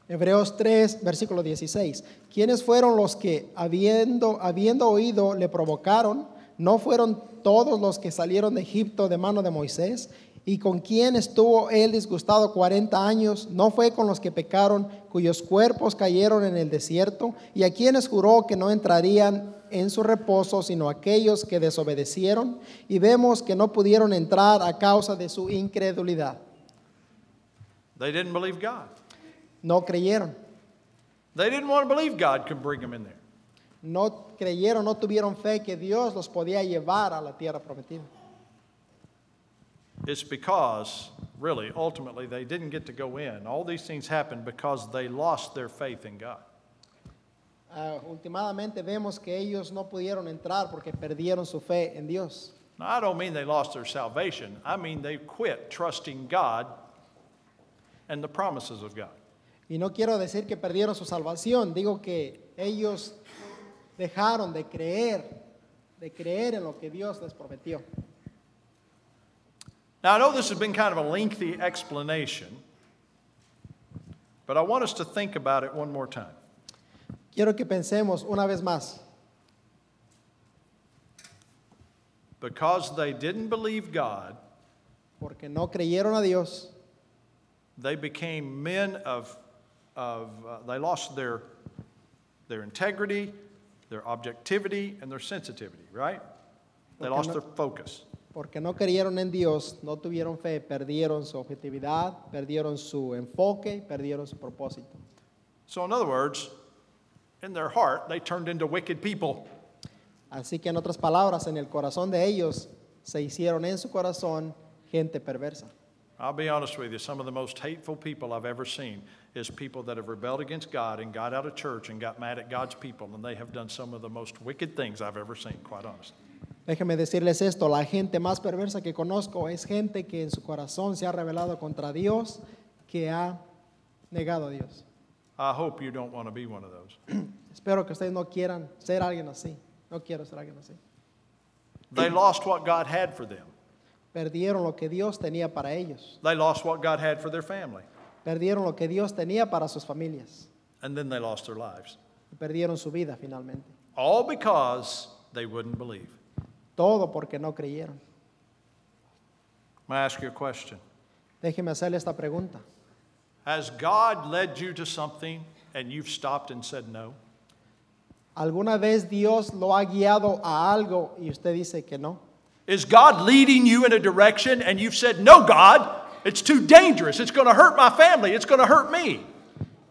Hebreos 3, versículo 16. ¿Quiénes fueron los que, habiendo, habiendo oído, le provocaron? ¿No fueron todos los que salieron de Egipto de mano de Moisés? ¿Y con quién estuvo él disgustado 40 años? ¿No fue con los que pecaron, cuyos cuerpos cayeron en el desierto? ¿Y a quienes juró que no entrarían en su reposo, sino aquellos que desobedecieron? Y vemos que no pudieron entrar a causa de su incredulidad.
They didn't believe God.
No creyeron.
They didn't want to believe God could bring them in there.
No creyeron, no tuvieron fe que Dios los podía llevar a la tierra prometida.
It's because, really, ultimately, they didn't get to go in. All these things happened because they lost their faith in God.
Ah, últimamente vemos que ellos no pudieron entrar porque perdieron su fe en Dios.
Now, I don't mean they lost their salvation, I mean they quit trusting God and the promises of God.
Y no quiero decir que perdieron su salvación, digo que ellos dejaron de creer, de creer en lo que Dios les prometió.
Now, I know this has been kind of a lengthy explanation, but I want us to think about it one more time.
Quiero que pensemos una vez más,
Because they didn't believe God,
porque no creyeron a Dios,
they became men of, of uh, they lost their, their integrity, their objectivity, and their sensitivity, right? They
Okay,
lost
no-
their focus.
porque no creyeron en Dios, no tuvieron fe, perdieron su objetividad, perdieron su enfoque, perdieron su propósito.
So, in other words, in their heart, they turned into wicked people.
Así que en otras palabras, en el corazón de ellos se hicieron en su corazón gente perversa.
I'll be honest with you, some of the most hateful people I've ever seen is people that have rebelled against God and got out of church and got mad at God's people, and they have done some of the most wicked things I've ever seen, quite honestly.
Déjenme decirles esto, la gente más perversa que conozco es gente que en su corazón se ha rebelado contra Dios, que ha negado a Dios.
I hope you don't want to be one of those.
Espero que ustedes no quieran ser alguien así. No quiero ser alguien así.
They lost what God had for them,
Perdieron lo que Dios tenía para ellos.
they lost what God had for their family,
Perdieron lo que Dios tenía para sus familias.
and then they lost their lives.
Perdieron su vida finalmente.
All because they wouldn't believe.
Todo porque no creyeron.
May I ask you a question?
Déjenme hacerle esta pregunta.
Has God led you to something and you've stopped and said no?
¿Alguna vez Dios lo ha guiado a algo y usted dice que no?
Is God leading you in a direction and you've said, No, God, it's too dangerous. It's going to hurt my family. It's going to hurt me.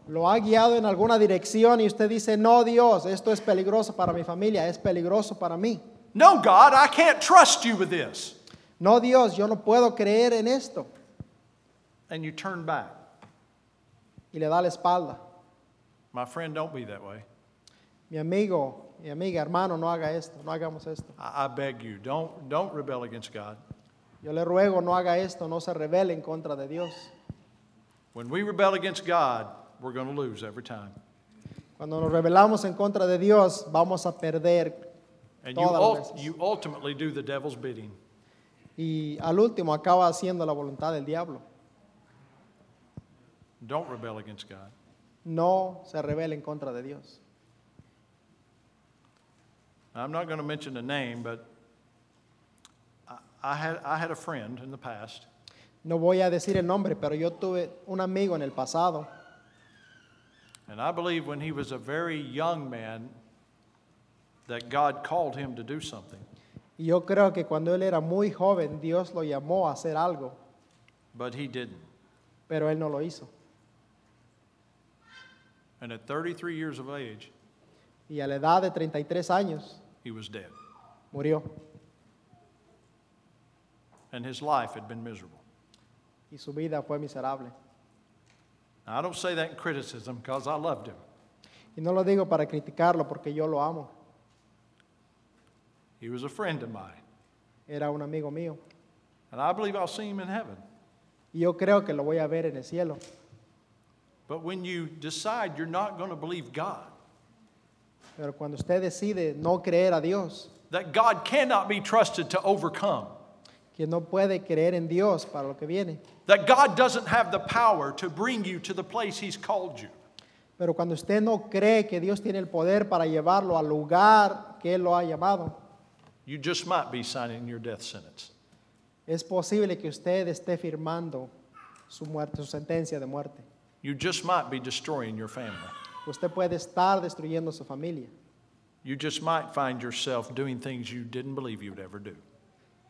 ¿Lo ha guiado en alguna dirección y usted dice, no Dios, esto es peligroso para mi familia, es peligroso para mí?
No, God, I can't trust you with this.
No Dios, yo no puedo creer en esto.
And you turn back.
Y le da la espalda.
My friend, don't be that way.
Mi amigo, mi amiga, hermano, no haga esto, no hagamos esto.
I, I beg you, don't, don't rebel against God.
Yo le ruego, no haga esto, no se revele en contra de Dios.
When we rebel against God, we're going to lose every time.
Cuando nos rebelamos en contra de Dios, vamos a perder
And you,
Todas las
ult-
veces.
you ultimately do the devil's bidding.
y al último acaba haciendo la voluntad del diablo.
Don't rebel against God.
No se revele en contra de Dios.
I'm not going to mention a name, but I, I, had, I had a friend in the past
No voy a decir el nombre, pero yo tuve un amigo en el pasado
And I believe when he was a very young man, that God called him to do something.
y yo creo que cuando él era muy joven Dios lo llamó a hacer algo,
But he didn't.
pero él no lo hizo.
And at 33 years of age,
Y a la edad de 33 años
he was dead.
murió
And his life had been miserable.
y su vida fue miserable.
Now, I don't say that in criticism because I loved him.
Y no lo digo para criticarlo porque yo lo amo.
He was a friend of mine,
Era un amigo mío.
and I believe I'll see him in heaven.
Y yo creo que lo voy a ver en el cielo.
But when you decide you're not going to believe God,
Pero cuando usted decide no creer a Dios,
that God cannot be trusted to overcome,
que no puede creer en Dios para lo que viene.
that God doesn't have the power to bring you to the place He's called you,
Pero cuando usted no cree que Dios tiene el poder para llevarlo al lugar que Él lo ha llamado,
you just might be signing your death sentence.
es posible que usted esté firmando su muerte, su sentencia de muerte.
You just might be destroying your family.
Usted puede estar destruyendo su familia.
You just might find yourself doing things you didn't believe you'd ever do.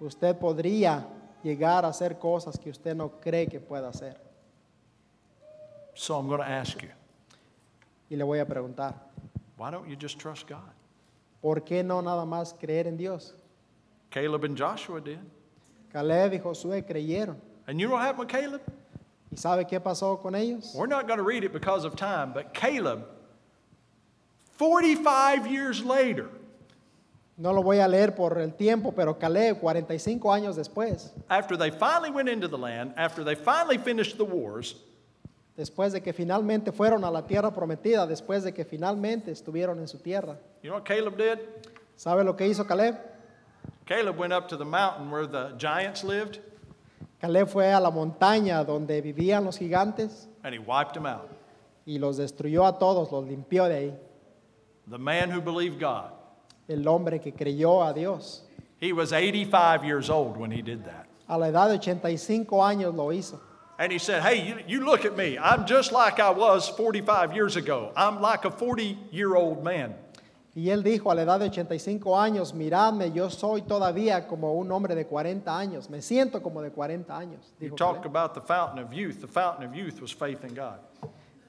Usted podría llegar a hacer cosas que usted no cree que pueda hacer.
So I'm going to ask you,
Y le voy a preguntar,
why don't you just trust God?
¿por qué no nada más creer en Dios?
Caleb and Joshua did.
Caleb y Josué creyeron.
And you know what happened with Caleb?
¿Y sabe qué pasó con ellos?
We're not going to read it because of time, but Caleb, 45 years later,
No lo voy a leer por el tiempo, pero Caleb, 45 años después,
after they finally went into the land, after they finally finished the wars,
después de que finalmente fueron a la tierra prometida, después de que finalmente estuvieron en su tierra,
you know what Caleb did?
¿sabe lo que hizo Caleb?
Caleb went up to the mountain where the giants lived
Caleb fue a la montaña donde vivían los gigantes
and he wiped them out.
y los destruyó a todos, los limpió de ahí.
The man who believed God.
El hombre que creyó a Dios,
He was 85 years old when he did that.
a la edad de 85 años lo hizo.
And he said, Hey, you, you look at me. I'm just like I was 45 years ago. I'm like a 40 year old man.
Y él dijo a la edad de 85 años, miradme, yo soy todavía como un hombre de 40 años, me siento como de 40 años.
You
dijo
talk
Caleb.
about the fountain of youth. The fountain of youth was faith in God.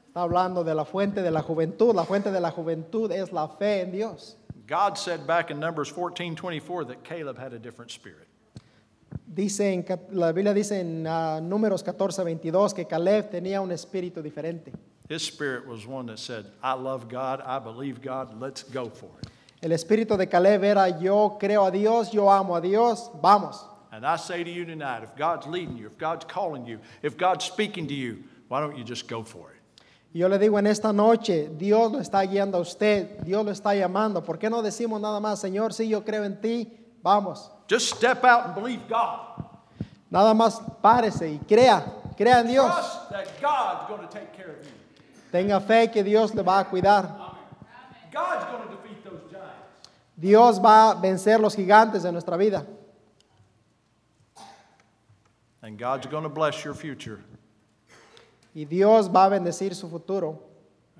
Está hablando de la fuente de la juventud. La fuente de la juventud es la fe en Dios.
God said back in Numbers 14 24 that Caleb had a different spirit.
Dice en cap- la Biblia dice en ah, Números 14, 22 que Caleb tenía un espíritu diferente.
His spirit was one that said, I love God. I believe God. Let's go for it.
El espíritu de Caleb era yo creo a Dios, yo amo a Dios, vamos.
And I say to you tonight if God's leading you, if God's calling you, if God's speaking to you, why don't you just go for it?
Y yo le digo en esta noche, Dios lo está guiando a usted, Dios lo está llamando. ¿Por qué no decimos nada más, Señor, sí, yo creo en ti, vamos?
Just step out and believe God.
Nada más párese y crea, crea en Dios.
Trust that God's going to take care of you.
Tenga fe que Dios le va a cuidar.
God's going to defeat those giants.
Dios va a vencer los gigantes de nuestra vida
And God's going to bless your future,
y Dios va a bendecir su futuro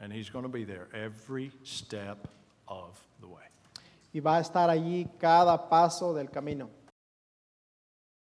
and He's going to be there every step of the way.
y va a estar allí cada paso del camino.